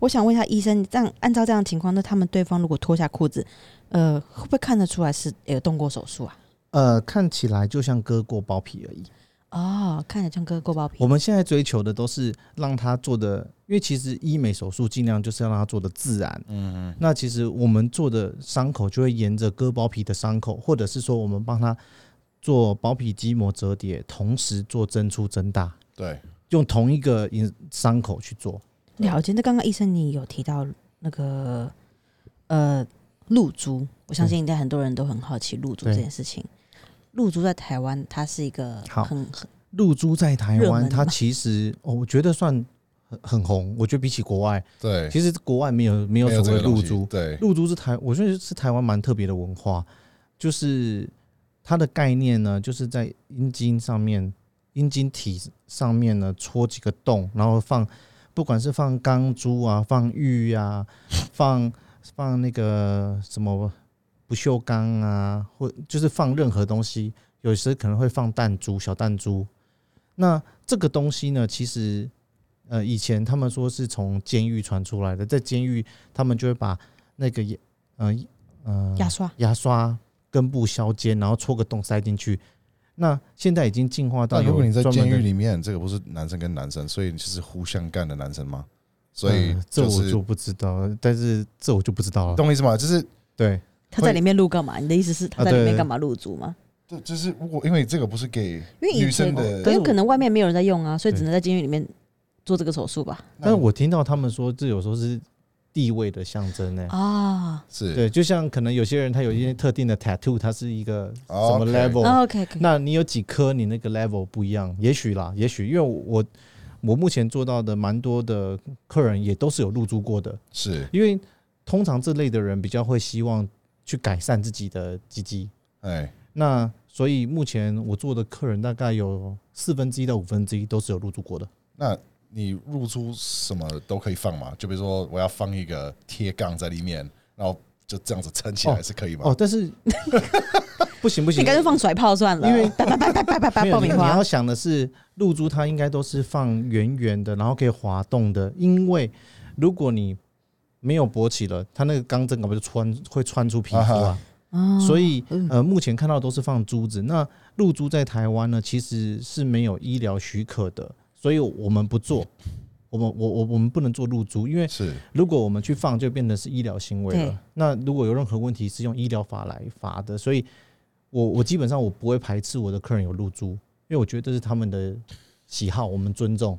Speaker 1: 我想问一下医生，这样按照这样的情况，那他们对方如果脱下裤子，呃，会不会看得出来是有动过手术啊？
Speaker 3: 呃，看起来就像割过包皮而已。
Speaker 1: 哦，看起来像割过包皮
Speaker 3: 我。们现在追求的都是让他做的，因为其实医美手术尽量就是要让他做的自然。
Speaker 2: 嗯
Speaker 3: 那其实我们做的伤口就会沿着割包皮的伤口，或者是说我们帮他做包皮筋膜折叠，同时做增粗增大，
Speaker 2: 对，
Speaker 3: 用同一个引伤口去做。
Speaker 1: 了解。那刚刚医生你有提到那个呃露珠，我相信应该很多人都很好奇露珠这
Speaker 3: 对
Speaker 1: 件事情。露珠在台湾，它是一个
Speaker 3: 好
Speaker 1: 很很
Speaker 3: 露珠在台
Speaker 1: 热门
Speaker 3: 湾，
Speaker 1: 吗
Speaker 3: 它其实哦，我觉得算很很红。我觉得比起国外，
Speaker 2: 对，
Speaker 3: 其实国外没有没有
Speaker 2: 没有
Speaker 3: 所
Speaker 2: 这
Speaker 3: 谓
Speaker 2: 个东
Speaker 3: 露
Speaker 2: 西
Speaker 3: 珠，
Speaker 2: 对，
Speaker 3: 露珠是台，我觉得是台湾蛮特别的文化，就是它的概念呢，就是在阴茎上面、阴茎体上面呢戳几个洞，然后放，不管是放钢珠啊、放玉啊、放放那个什么不锈钢啊，或就是放任何东西，有时可能会放弹珠、小弹珠。那这个东西呢，其实呃，以前他们说是从监狱传出来的，在监狱他们就会把那个牙，嗯嗯，
Speaker 1: 牙刷。
Speaker 3: 牙刷根部削尖，然后戳个洞塞进去。那现在已经进化到
Speaker 2: 但如果
Speaker 3: 有
Speaker 2: 你在
Speaker 3: 专门
Speaker 2: 监
Speaker 3: 的
Speaker 2: 狱里面，这个不是男生跟男生，所以你就是互相干的男生吗？所以
Speaker 3: 呃这
Speaker 2: 就
Speaker 3: 我
Speaker 2: 是
Speaker 3: 就不知道，但是这我就不知道了。
Speaker 2: 懂我意思吗？就是
Speaker 3: 对，
Speaker 1: 他在里面露干嘛？你的意思是他
Speaker 3: 啊
Speaker 1: 在里面
Speaker 3: 对
Speaker 1: 干嘛露珠吗？
Speaker 2: 就就是如果因为这个不是给
Speaker 1: 因为以
Speaker 2: 女生
Speaker 1: 前
Speaker 2: 的
Speaker 1: 因为可能外面没有人在用啊，所以
Speaker 3: 对
Speaker 1: 只能在监狱里面做这个手术吧。
Speaker 3: 但是我听到他们说，这有时候是地位的象征呢、
Speaker 1: 啊
Speaker 2: 是
Speaker 3: 对，就像可能有些人他有一些特定的 tattoo，它是一个什么
Speaker 2: OK
Speaker 3: level，、
Speaker 1: ，OK，可以
Speaker 3: 哦那你有几颗，你那个 level 不一样，也许啦，也许，因为我我目前做到的蛮多的客人也都是有入住过的，
Speaker 2: 是，
Speaker 3: 因为通常这类的人比较会希望去改善自己的鸡鸡，
Speaker 2: 哎，
Speaker 3: 那所以目前我做的客人大概有四分之一到五分之一都是有入住过的，
Speaker 2: 那你入出什么都可以放嘛？就比如说我要放一个铁杠在里面，然后就这样子撑起来是可以吗？
Speaker 3: 哦，但是 不行不行，
Speaker 1: 你干脆放甩炮算了，
Speaker 3: 因为
Speaker 1: 叭叭叭叭叭叭叭
Speaker 3: 没有
Speaker 1: 爆
Speaker 3: 你
Speaker 1: 米
Speaker 3: 你
Speaker 1: 花
Speaker 3: 要想的是，露珠它应该都是放圆圆的，然后可以滑动的，因为如果你没有勃起了，它那个钢针搞不好就穿会穿出皮肤
Speaker 2: 啊
Speaker 3: 啊。
Speaker 1: 哦
Speaker 3: 所以
Speaker 1: 嗯
Speaker 3: 呃，目前看到都是放珠子。那露珠在台湾呢，其实是没有医疗许可的，所以我们不做。我们我我我们不能做入租，因为
Speaker 2: 是
Speaker 3: 如果我们去放，就变成是医疗行为
Speaker 1: 对
Speaker 3: 了。那如果有任何问题，是用医疗法来罚的。所以我，我基本上我不会排斥我的客人有入租，因为我觉得这是他们的喜好，我们尊重。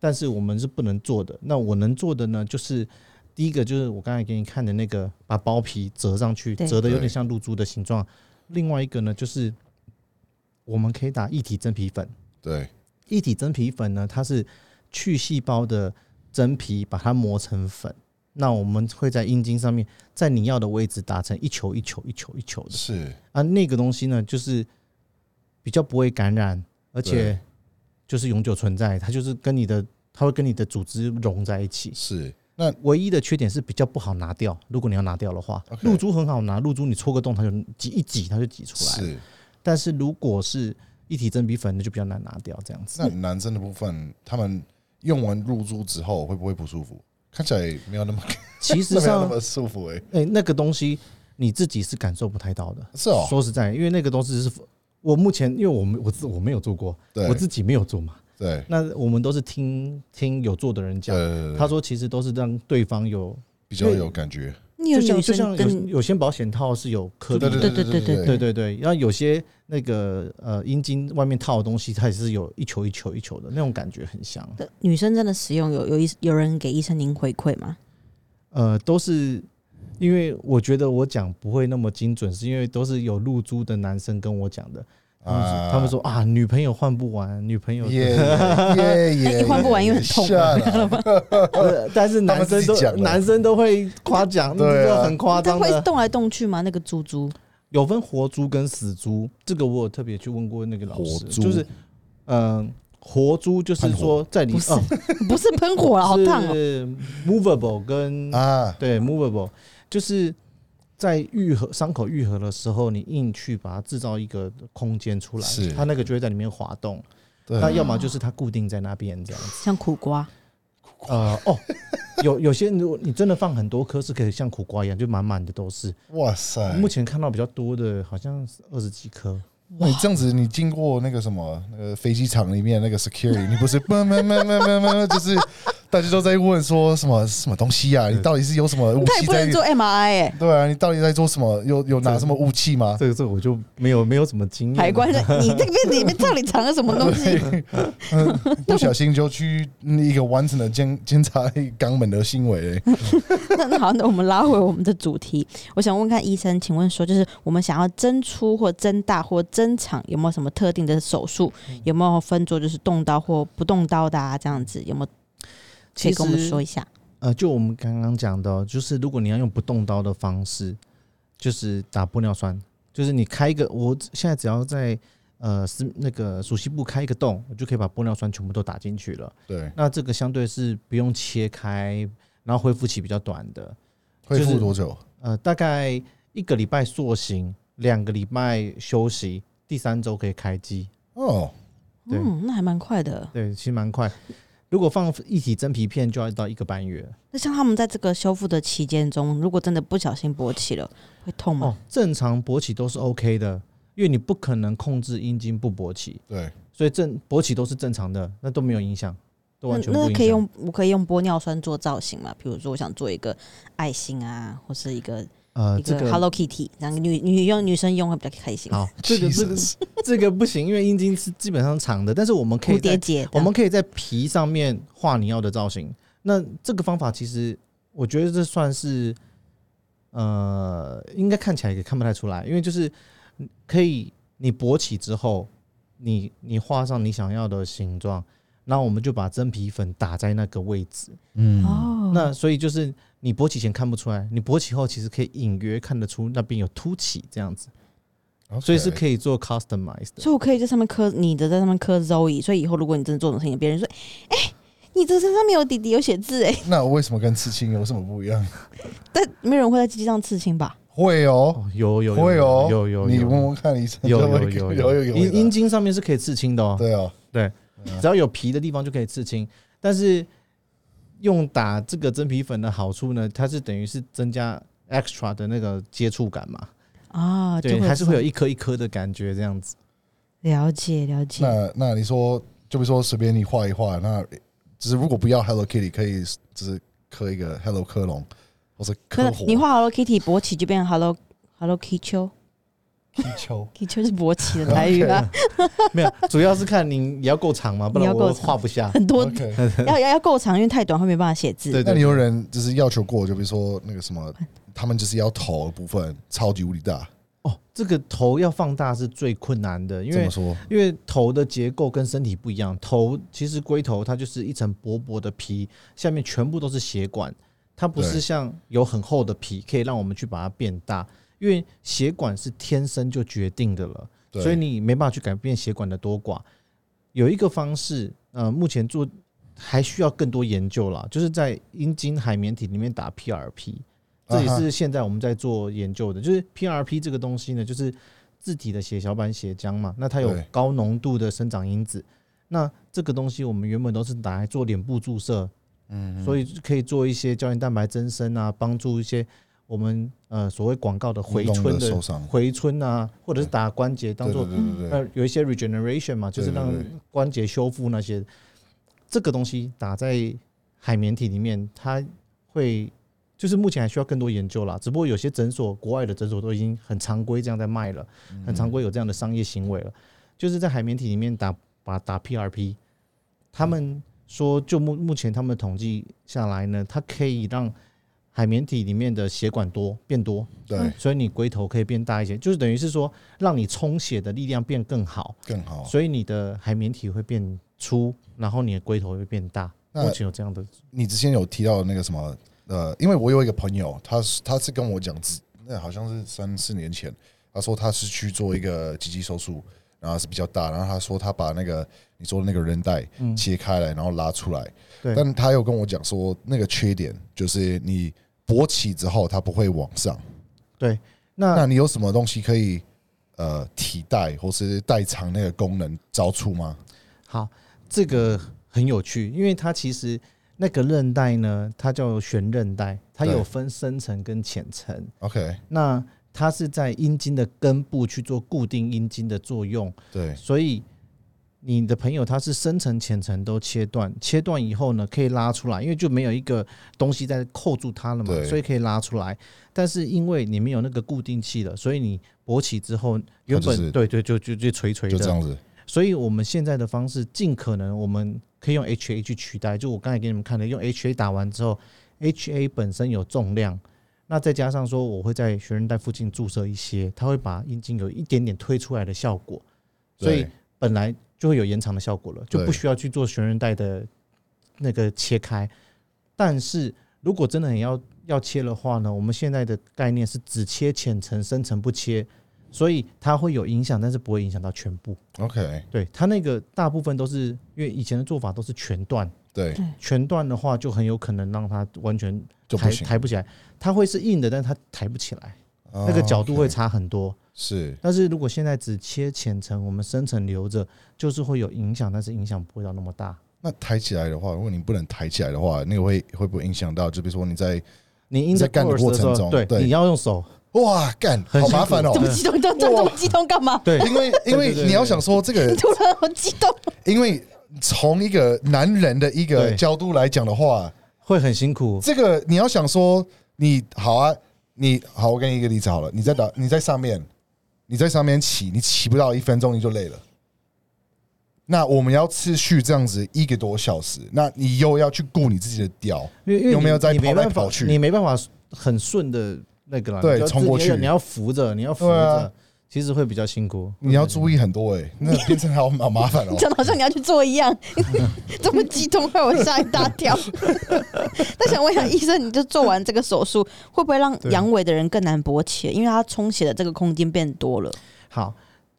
Speaker 3: 但是我们是不能做的。那我能做的呢，就是第一个就是我刚才给你看的那个，把包皮折上去，
Speaker 1: 对
Speaker 3: 折的有
Speaker 2: 对
Speaker 3: 点像露珠的形状。另外一个呢，就是我们可以打一体真皮粉。
Speaker 2: 对
Speaker 3: 一体真皮粉呢，它是去细胞的真皮，把它磨成粉。那我们会在阴茎上面，在你要的位置打成一球一球一球一球的
Speaker 2: 是
Speaker 3: 啊。那个东西呢，就是比较不会感染，而且
Speaker 2: 对
Speaker 3: 就是永久存在，它就是跟你的，它会跟你的组织融在一起。
Speaker 2: 是。那
Speaker 3: 唯一的缺点是比较不好拿掉，如果你要拿掉的话，
Speaker 2: OK
Speaker 3: 露珠很好拿，露珠你戳个洞，它就挤一挤，它就挤出来了。
Speaker 2: 是
Speaker 3: 但是如果是一体真皮粉，那就比较难拿掉，这样子。
Speaker 2: 那男生的部分，他们用完入珠之后会不会不舒服？看起来没有那么，
Speaker 3: 其实
Speaker 2: 没有
Speaker 3: 上
Speaker 2: 那，么舒服哎、欸。
Speaker 3: 哎、那个东西你自己是感受不太到的。
Speaker 2: 是哦
Speaker 3: 说实在，因为那个东西是我目前，因为我们我自我没有做过，
Speaker 2: 对
Speaker 3: 我自己没有做嘛。
Speaker 2: 对，
Speaker 3: 那我们都是听听有做的人讲，
Speaker 2: 呃，
Speaker 3: 他说其实都是让对方有，
Speaker 2: 比较有感觉，
Speaker 1: 你有
Speaker 3: 就像
Speaker 1: 女
Speaker 3: 就像
Speaker 1: 生
Speaker 3: 有
Speaker 1: 跟
Speaker 3: 有些保险套是有颗
Speaker 2: 对
Speaker 3: 粒的，
Speaker 2: 对
Speaker 1: 对
Speaker 2: 对
Speaker 1: 对对
Speaker 2: 对
Speaker 3: 对对对，然后有些那个呃阴茎外面套的东西，它也是有一球一球一球的那种感觉，很像。
Speaker 1: 女生真的使用有有医有人给医生您回馈吗？
Speaker 3: 呃，都是因为我觉得我讲不会那么精准，是因为都是有露珠的男生跟我讲的，他们说、
Speaker 2: 啊
Speaker 3: 他们说啊，女朋友换不完，女朋友
Speaker 2: 耶 耶耶，
Speaker 1: 一换不完因为很痛
Speaker 2: Shut up
Speaker 3: 呃但是男生
Speaker 2: 他们自己讲
Speaker 3: 都
Speaker 2: 的
Speaker 3: 男生都会夸奖，
Speaker 2: 对啊
Speaker 3: 这个很夸
Speaker 1: 但
Speaker 3: 张
Speaker 1: 会
Speaker 3: 的。
Speaker 1: 动来动去吗？那个猪猪
Speaker 3: 有分活猪跟死猪，这个我有特别去问过那个老
Speaker 2: 活
Speaker 3: 师，
Speaker 2: 猪
Speaker 3: 就是嗯、呃活猪就是
Speaker 2: 喷火
Speaker 3: 说在里
Speaker 1: 不是
Speaker 3: 哦
Speaker 1: 不是喷火了，好烫哦、
Speaker 3: 是 movable 跟
Speaker 2: 啊！
Speaker 3: 对，movable 就是在愈合伤口愈合的时候，你硬去把它制造一个空间出来
Speaker 2: 是，
Speaker 3: 它那个就会在里面滑动。
Speaker 2: 对
Speaker 3: 那要么就是它固定在那边这样子。
Speaker 1: 像苦瓜，
Speaker 3: 呃，哦，有有些如果你真的放很多颗，是可以像苦瓜一样，就满满的都是。
Speaker 2: 哇塞，
Speaker 3: 目前看到比较多的，好像是二十几颗。
Speaker 2: 哇你这样子，你经过那个什么那个飞机场里面那个 security，你不是慢慢慢慢慢慢，就是大家都在问说什么什么东西啊？你到底是有什么武
Speaker 1: 他
Speaker 2: 器
Speaker 1: 也不
Speaker 2: 在
Speaker 1: 能？做 MRI 哎、
Speaker 2: 对啊，你到底在做什么？有有拿什么武器吗？
Speaker 3: 这个这个我就没有没有什么经验了。
Speaker 1: 海关 说你这边里面到底藏了什么东西？
Speaker 2: 嗯不小心就去一个完整的监监察肛门的行为、
Speaker 1: 那那好，那我们拉回我们的主题，我想问看医生，请问说，就是我们想要增粗或增大或增长，有没有什么特定的手术？
Speaker 3: 嗯
Speaker 1: 有没有分做就是动刀或不动刀的啊？这样子有没有可
Speaker 3: 其
Speaker 1: 以
Speaker 3: 实
Speaker 1: 跟我们说一下？
Speaker 3: 呃，就我们刚刚讲的哦，就是如果你要用不动刀的方式，就是打玻尿酸，就是你开一个，我现在只要在呃是那个熟悉部开一个洞，我就可以把玻尿酸全部都打进去了。
Speaker 2: 对，
Speaker 3: 那这个相对是不用切开，然后恢复期比较短的，
Speaker 2: 恢
Speaker 3: 就
Speaker 2: 复
Speaker 3: 是
Speaker 2: 多久？
Speaker 3: 呃，大概一个礼拜塑形，两个礼拜休息，第三周可以开机。
Speaker 2: 哦，
Speaker 3: 对
Speaker 1: 嗯，那还蛮快的。
Speaker 3: 对，其实蛮快。如果放一体真皮片，就要到一个半月。
Speaker 1: 那像他们在这个修复的期间中，如果真的不小心勃起了，会
Speaker 2: 嗯
Speaker 1: 痛吗？
Speaker 3: 哦，正常勃起都是 OK 的，因为你不可能控制阴茎不勃起，
Speaker 2: 对，
Speaker 3: 所以正勃起都是正常的，那都没有影响，都完全不
Speaker 1: 那
Speaker 3: 影响。
Speaker 1: 那可以用，我可以用玻尿酸做造型嘛？比如说，我想做一个爱心啊，或是一个、
Speaker 3: 呃
Speaker 1: 一
Speaker 3: 这
Speaker 1: 个
Speaker 3: 个
Speaker 1: Hello Kitty，然后女女用女生用会比较开心。
Speaker 3: 好，这个这个
Speaker 2: Jesus
Speaker 3: 这个不行，因为阴茎是基本上长的，但是我们可以
Speaker 1: 蝴蝶
Speaker 3: 在
Speaker 1: 结这样，
Speaker 3: 我们可以在皮上面画你要的造型。那这个方法其实我觉得这算是呃，应该看起来也看不太出来，因为就是可以你勃起之后，你你画上你想要的形状，然后我们就把真皮粉打在那个位置。
Speaker 2: 嗯，
Speaker 1: 哦，
Speaker 3: 那所以就是你勃起前看不出来，你勃起后其实可以隐约看得出那边有凸起这样子，所以是可以做 customize 的。
Speaker 1: 所以我可以在上面刻你的，在上面刻 Zoe。所以以后如果你真的做这种事情，别人说：“哎、你这身上面有弟弟有写字哎、
Speaker 2: 以。那为什么跟刺青有什么不一样？
Speaker 1: 但没有人会在鸡鸡上刺青吧？
Speaker 2: 会哦，
Speaker 3: 哦，有有
Speaker 2: 会哦，
Speaker 3: 有有，
Speaker 2: 你
Speaker 3: 有
Speaker 2: 问问看医生，
Speaker 3: 有
Speaker 2: 就会
Speaker 3: 有有
Speaker 2: 有有
Speaker 3: 阴阴
Speaker 2: 有，
Speaker 3: 茎上面是可以刺青的哦，
Speaker 2: 对哦，
Speaker 3: 只要有皮的地方就可以刺青。但是用打这个真皮粉的好处呢，它是等于是增加 extra 的那个接触感嘛，
Speaker 1: 啊，就
Speaker 3: 对，还是会有
Speaker 1: 有
Speaker 3: 一颗一颗的感觉这 样子。
Speaker 1: 了解了解。
Speaker 2: 那那你说，就比如说随便你画一画，那就是如果不要 Hello Kitty，可以就是刻一个 Hello 克隆，或是
Speaker 1: 可
Speaker 2: 刻
Speaker 1: 是
Speaker 2: 火
Speaker 1: 你画 Hello Kitty 勃起就变 Hello Hello Kitty，Kitty
Speaker 3: 球
Speaker 1: 是勃起的来 源啊，
Speaker 3: 没有，主要是看你也要够长嘛，不
Speaker 1: 你
Speaker 3: 然
Speaker 1: 要
Speaker 3: 我
Speaker 1: 够长
Speaker 3: 画不下。
Speaker 1: 很多
Speaker 2: OK，
Speaker 1: 要要要够长，因为太短会没办法写字。
Speaker 3: 对
Speaker 2: 那你有人就是要求过，就比如说那个什 么，他们就是要头的部分超级无敌大，
Speaker 3: 哦，这个头要放大是最困难的，因
Speaker 2: 怎
Speaker 3: 为
Speaker 2: 么说？
Speaker 3: 因为头的结构跟身体不一样，头其实龟头它就是一层薄薄的皮，下面全部都是血管，它不是
Speaker 2: 对
Speaker 3: 像有很厚的皮可以让我们去把它变大，因为血管是天生就决定的了，
Speaker 2: 对
Speaker 3: 所以你没办法去改变血管的多寡。有一个方式，呃，目前做还需要更多研究啦，就是在阴茎海绵体里面打 PRP，这也
Speaker 2: 啊哈
Speaker 3: 是现在我们在做研究的，就是 PRP 这个东西呢，就是自体的血小板血浆嘛，那它有
Speaker 2: 对
Speaker 3: 高浓度的生长因子，那这个东西我们原本都是拿来做脸部注射，嗯，所以可以做一些胶原蛋白增生啊，帮助一些我们呃所谓广告的回
Speaker 2: 运动
Speaker 3: 春
Speaker 2: 的受
Speaker 3: 的
Speaker 2: 伤，
Speaker 3: 回春啊，或者是打关节当
Speaker 2: 对
Speaker 3: 做
Speaker 2: 对对对对，
Speaker 3: 呃，有一些 regeneration 嘛，就是
Speaker 2: 对对
Speaker 3: 让
Speaker 2: 对
Speaker 3: 关节修复那些，这个东西打在海绵体里面，它会就是目前还需要更多研究啦。只不过有些诊所，国外的诊所都已经很常规这样在卖了，
Speaker 2: 嗯
Speaker 3: 很常规有这样的商业行为了，就是在海绵体里面打把打 PRP，他们说就目目前他们的统计下来呢，它可以让海绵体里面的血管多变多，
Speaker 2: 对
Speaker 3: 所以你龟头可以变大一些，就是等于是说让你充血的力量变更好，
Speaker 2: 更好。
Speaker 3: 所以你的海绵体会变粗，然后你的龟头会变大。
Speaker 2: 那
Speaker 3: 目前有这样的，
Speaker 2: 你之前有提到那个什么，呃，因为我有一个朋友，他是他是跟我讲，之那好像是三四年前，他说他是去做一个脊肌手术，然后是比较大，然后他说他把那个你说的那个韧带切开来，然后拉出来，
Speaker 3: 嗯对
Speaker 2: 但他又跟我讲说，那个缺点就是你勃起之后它不会往上，
Speaker 3: 对，那
Speaker 2: 那你有什么东西可以呃替代或是代偿那个功能招出吗？
Speaker 3: 好，这个很有趣，因为它其实那个韧带呢，它叫悬韧带，它
Speaker 2: 对
Speaker 3: 有分深层跟浅层，
Speaker 2: OK，
Speaker 3: 那它是在阴茎的根部去做固定阴茎的作用。
Speaker 2: 对，
Speaker 3: 所以你的朋友他是深层、浅层都切断，切断以后呢，可以拉出来，因为就没有一个东西在扣住它了嘛，
Speaker 2: 对
Speaker 3: 所以可以拉出来。但是因为你没有那个固定器了，所以你勃起之后，原
Speaker 2: 它就
Speaker 3: 本、
Speaker 2: 是
Speaker 3: 对对就就就垂垂
Speaker 2: 就这
Speaker 3: 的。
Speaker 2: 样子，
Speaker 3: 所以我们现在的方式，尽可能我们可以用 HA 去取代，就我刚才给你们看的，用 HA 打完之后，HA 本身有重量。那再加上说，我会在学韧带附近注射一些，它会把阴茎有一点点推出来的效果，所以
Speaker 2: 对
Speaker 3: 本来就会有延长的效果了，就
Speaker 2: 对
Speaker 3: 不需要去做悬韧带的那个切开。但是如果真的很要要切的话呢，我们现在的概念是只切浅层，深层不切，所以它会有影响，但是不会影响到全部。
Speaker 2: OK，
Speaker 3: 对它那个大部分都是因为以前的做法都是全断，
Speaker 2: 对，
Speaker 3: 全断的话就很有可能让它完全
Speaker 2: 就
Speaker 3: 抬
Speaker 2: 不行，哦
Speaker 3: 抬不起来，它会是硬的，但它抬不起来，
Speaker 2: 那
Speaker 3: 那个角度会差很多。
Speaker 2: 啊是
Speaker 3: 但是如果现在只切浅层，我们深层留着，就是会有影响，但是影响不会到那么大。
Speaker 2: 那抬起来的话，如果你不能抬起来的话，那个会会不会影响到？就比如说你在
Speaker 3: 你 in
Speaker 2: 在
Speaker 3: the
Speaker 2: 干的
Speaker 3: course
Speaker 2: 过
Speaker 3: 时候
Speaker 2: 程中
Speaker 3: 对，
Speaker 2: 对
Speaker 3: 你要用手，
Speaker 2: 哇干
Speaker 3: 很
Speaker 2: 好麻烦哦
Speaker 1: 这
Speaker 3: 辛苦
Speaker 1: 么激动，这么这么激动干嘛？
Speaker 3: 对
Speaker 2: 因为因为
Speaker 3: 对对对
Speaker 2: 你要想说这个，
Speaker 1: 突然好激动，
Speaker 2: 因为从一个男人的一个
Speaker 3: 对
Speaker 2: 角度来讲的话，
Speaker 3: 会很辛苦。
Speaker 2: 这个你要想说你好啊，你好，我给你一个例子好了，你在
Speaker 1: 嗯
Speaker 2: 打你在上面，你在上面骑，你骑不到一分钟你就累了。那我们要持续这样子一个多小时，那你又要去顾你自己的屌，
Speaker 3: 因为因为
Speaker 2: 有没有
Speaker 3: 你
Speaker 2: 在
Speaker 3: 你没
Speaker 2: 跑来
Speaker 3: 办法
Speaker 2: 跑去
Speaker 3: 你没办法很顺的那个啦，
Speaker 2: 对
Speaker 3: 你就要
Speaker 2: 冲
Speaker 3: 自
Speaker 2: 过
Speaker 3: 你要
Speaker 2: 去
Speaker 3: 你要扶着，你要扶
Speaker 2: 对
Speaker 3: 着
Speaker 2: 啊，
Speaker 3: 其实会比较辛苦。
Speaker 2: 你要注意很多哎、那变成好好麻烦哦
Speaker 1: 你。讲的好像你要去做一样，这么激动，害我吓一大跳。那想问一下医生，你就做完这个手术，会不会让
Speaker 3: 对
Speaker 1: 阳痿的人更难勃起？因为他充血的这个空间变多了。
Speaker 3: 好，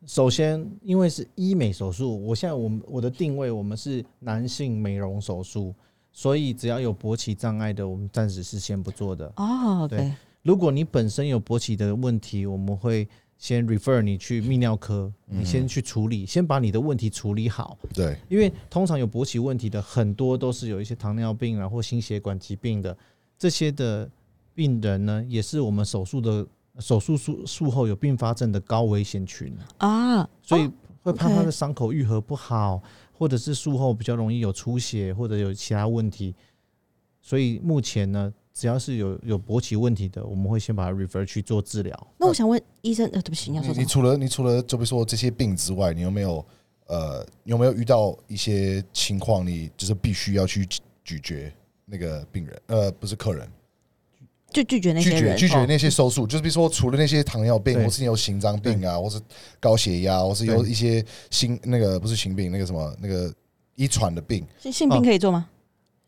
Speaker 3: 首先因为是医美手术，我现在我们我的定位我们是男性美容手术，所以只要有勃起障碍的，我们暂时是先不做的。
Speaker 1: 哦，OK，
Speaker 3: 对如果你本身有勃起的问题，我们会先 refer 你去泌尿科，你先去处理，先把你的问题处理好。
Speaker 2: 对，
Speaker 3: 因为通常有勃起问题的，很多都是有一些糖尿病啊或心血管疾病的这些的病人呢，也是我们手术的手术术术后有并发症的高危险群，
Speaker 1: 啊，
Speaker 3: 所
Speaker 1: 哦
Speaker 3: 以会怕他
Speaker 1: OK
Speaker 3: 的伤口愈合不好，或者是术后比较容易有出血或者有其他问题。所以目前呢，只要是有有勃起问题的，我们会先把它 refer 去做治疗。
Speaker 1: 那我想问医生，呃，对不起，你要
Speaker 2: 你
Speaker 1: 说什
Speaker 2: 你
Speaker 1: 么？
Speaker 2: 除了你除了就比如说这些病之外，你有没有呃你有没有遇到一些情况，你就是必须要去咀咀嚼那个病人呃不是客人，
Speaker 1: 就拒绝那
Speaker 2: 拒
Speaker 1: 些
Speaker 2: 绝
Speaker 1: 人，
Speaker 2: 拒绝
Speaker 1: 哦
Speaker 2: 那些手术，就是比如说除了那些糖尿病，
Speaker 3: 对
Speaker 2: 或是你有心脏病啊，或是高血压，或是有一些心那个不是心病，那个什么那个遗传的病，
Speaker 1: 性性病可以做吗？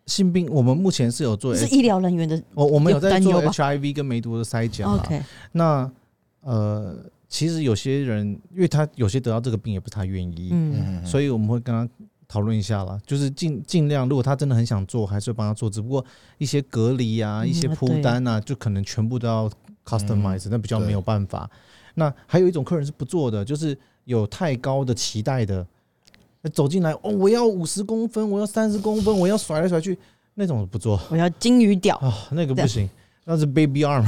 Speaker 3: 性病我们目前是有做
Speaker 1: 是医疗人员的。
Speaker 3: 我我们有在
Speaker 1: 有担忧
Speaker 3: 做
Speaker 1: 吧
Speaker 3: HIV 跟梅毒的筛检嘛？
Speaker 1: OK，
Speaker 3: 那呃，其实有些人，因为他有些得到这个病也不是他愿意，
Speaker 1: 嗯，
Speaker 2: 嗯，
Speaker 3: 所以我们会跟他讨论一下啦，就是尽尽量，如果他真的很想做，还是会帮他做，只不过一些隔离啊、
Speaker 1: 嗯
Speaker 3: 一些铺单啊，就可能全部都要 customize，、那比较没有办法。那还有一种客人是不做的，就是有太高的期待的，那走进来哦，我要五十公分，我要三十公分，我要甩来甩去，那种不做
Speaker 1: 我要金鱼屌，
Speaker 3: 啊，那个不行。那是 baby arm，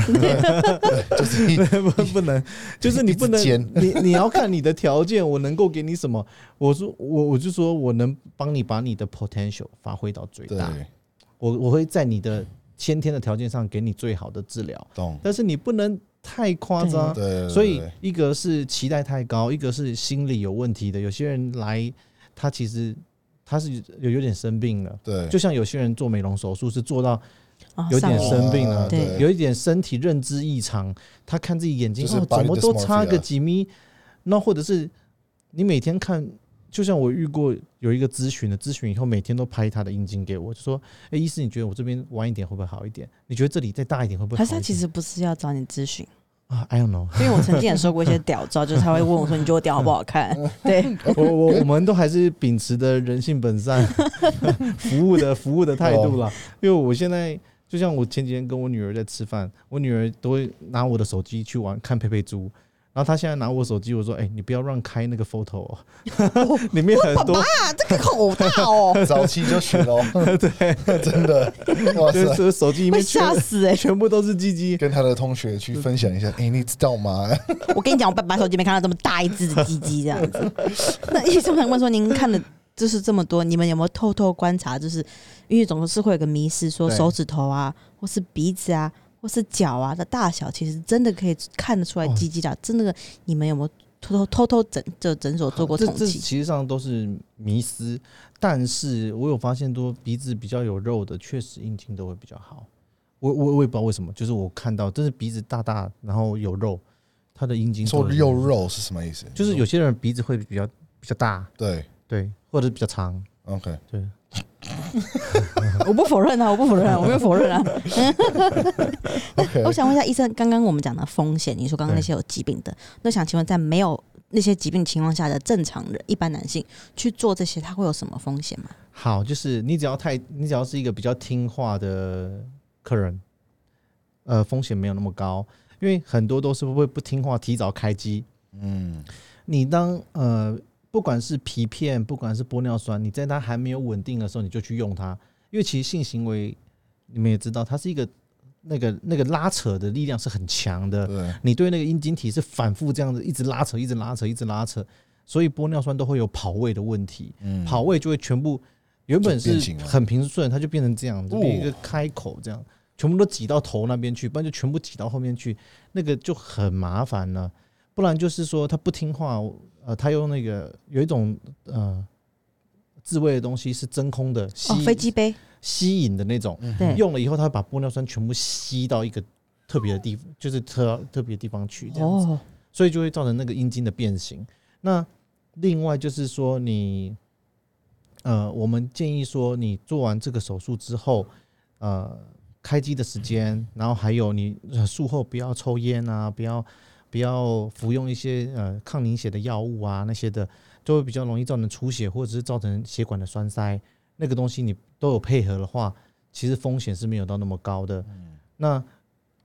Speaker 2: 就是你
Speaker 3: 不不能，就是你不能
Speaker 2: 一直煎，
Speaker 3: 你你要看你的条件，我能够给你什么？我说我我就说我能帮你把你的 potential 发挥到最
Speaker 2: 对
Speaker 3: 大，我我会在你的先天的条件上给你最好的治疗，
Speaker 2: 懂
Speaker 3: 但是你不能太夸张。
Speaker 2: 对对，对
Speaker 3: 啊所以
Speaker 2: 对
Speaker 3: 一个是期待太高，一个是心理有问题的。有些人来，他其实他是有有点生病了，
Speaker 2: 对
Speaker 3: 就像有些人做美容手术是做到
Speaker 1: 啊
Speaker 3: 有
Speaker 1: 上
Speaker 3: 点
Speaker 1: 瘾
Speaker 3: 生病
Speaker 2: 啊
Speaker 3: 了，
Speaker 1: 对
Speaker 3: 有一点身体认知异常，他看自己眼睛、
Speaker 2: 就是
Speaker 3: 哦
Speaker 2: body
Speaker 3: 怎么都
Speaker 2: dysmorphia
Speaker 3: 差个几米，那或者是你每天看，就像我遇过有一个咨询的，咨询以后每天都拍他的阴茎给我，就说，哎、医师你觉得我这边弯一点会不会好一点？你觉得这里再大一点会不会好
Speaker 1: 还
Speaker 3: 一
Speaker 1: 是
Speaker 3: 点？
Speaker 1: 他其实不是要找你咨询，
Speaker 3: 啊，I don't know，
Speaker 1: 因为我曾经也收过一些屌照，就是他会问我说：“你觉得我屌好不好看？”对，
Speaker 3: 我我我们都还是秉持的人性 本善，服务的服务的态度
Speaker 1: 哦
Speaker 3: 啦。因为我现在就像我前几天跟我女儿在吃饭，我女儿都会拿我的手机去玩看佩佩猪，然后她现在拿我手机，我说：“哎、你不要乱开那个 photo，、哦、 里面很多
Speaker 1: 啊，这个好大哦，
Speaker 2: 早期就学 了，对，真的，哇
Speaker 3: 就
Speaker 2: 塞！
Speaker 3: 是手机里
Speaker 1: 会
Speaker 3: 面全
Speaker 1: 吓死哎、
Speaker 3: 全部都是鸡鸡。”
Speaker 2: 跟他的同学去分享一下，哎、你知道吗？
Speaker 1: 我跟你讲，我爸爸手机没看到这么大一只的鸡鸡这样子。那医生想问说，您看了就是这么多，你们有没有偷偷观察？就是因为总是会有个迷失，说
Speaker 3: 对
Speaker 1: 手指头啊，或是鼻子啊，或是脚啊的大小，其实真的可以看得出来
Speaker 3: 哦
Speaker 1: 鸡鸡的。真的，你们有没有偷偷偷偷诊就诊所做过
Speaker 3: 这
Speaker 1: 统
Speaker 3: 这
Speaker 1: 计？
Speaker 3: 其实上都是迷思，但是我有发现多鼻子比较有肉的，确实阴茎都会比较好。我我我也不知道为什么，就是我看到，但是鼻子大大，然后有肉，它的阴茎都
Speaker 2: 说
Speaker 3: 会
Speaker 2: 肉，肉是什么意思？
Speaker 3: 就是有些人鼻子会比较比较大，
Speaker 2: 对
Speaker 3: 对，或者比较长，
Speaker 2: ，OK，
Speaker 3: 对。
Speaker 1: 我不否认啊，我不否认、啊，我没有否认啊。
Speaker 2: OK
Speaker 1: 我想问一下医生，刚刚我们讲的风险，你说刚刚那些有疾病的，那想请问，在没有那些疾病情况下的正常人、一般男性去做这些，他会有什么风险吗？
Speaker 3: 好，就是你只要太，你只要是一个比较听话的客人，呃，风险没有那么高，因为很多都是会不听话，提早开机，
Speaker 2: 嗯，
Speaker 3: 你当呃，不管是皮片，不管是玻尿酸，你在它还没有稳定的时候，你就去用它，因为其实性行为你们也知道，它是一个那个那个拉扯的力量是很强的，
Speaker 2: 对，
Speaker 3: 你对那个阴茎体是反复这样子一直拉扯，一直拉扯，一直拉扯，所以玻尿酸都会有跑位的问题，
Speaker 2: 嗯，
Speaker 3: 跑位就会全部原本
Speaker 2: 就变
Speaker 3: 是
Speaker 2: 形了
Speaker 3: 很平顺，它就变成这样，就
Speaker 2: 哦
Speaker 3: 变一个开口这样，全部都挤到头那边去，不然就全部挤到后面去，那个就很麻烦了。不然就是说他不听话，呃，他用那个有一种呃自慰的东西是嗯真空的，吸、
Speaker 1: 哦，飞机杯，
Speaker 3: 吸引的那种，
Speaker 2: 嗯
Speaker 1: 对，
Speaker 3: 用了以后他会把玻尿酸全部吸到一个特别的地方，就是特特别的地方去这样子。
Speaker 1: 哦，
Speaker 3: 所以就会造成那个阴茎的变形。那另外就是说你，呃，我们建议说你做完这个手术之后，呃，开机的时间，然后还有你呃术后不要抽烟啊，不要不要服用一些呃抗凝血的药物啊那些的，就会比较容易造成出血或者是造成血管的栓塞。那个东西你都有配合的话，其实风险是没有到那么高的。那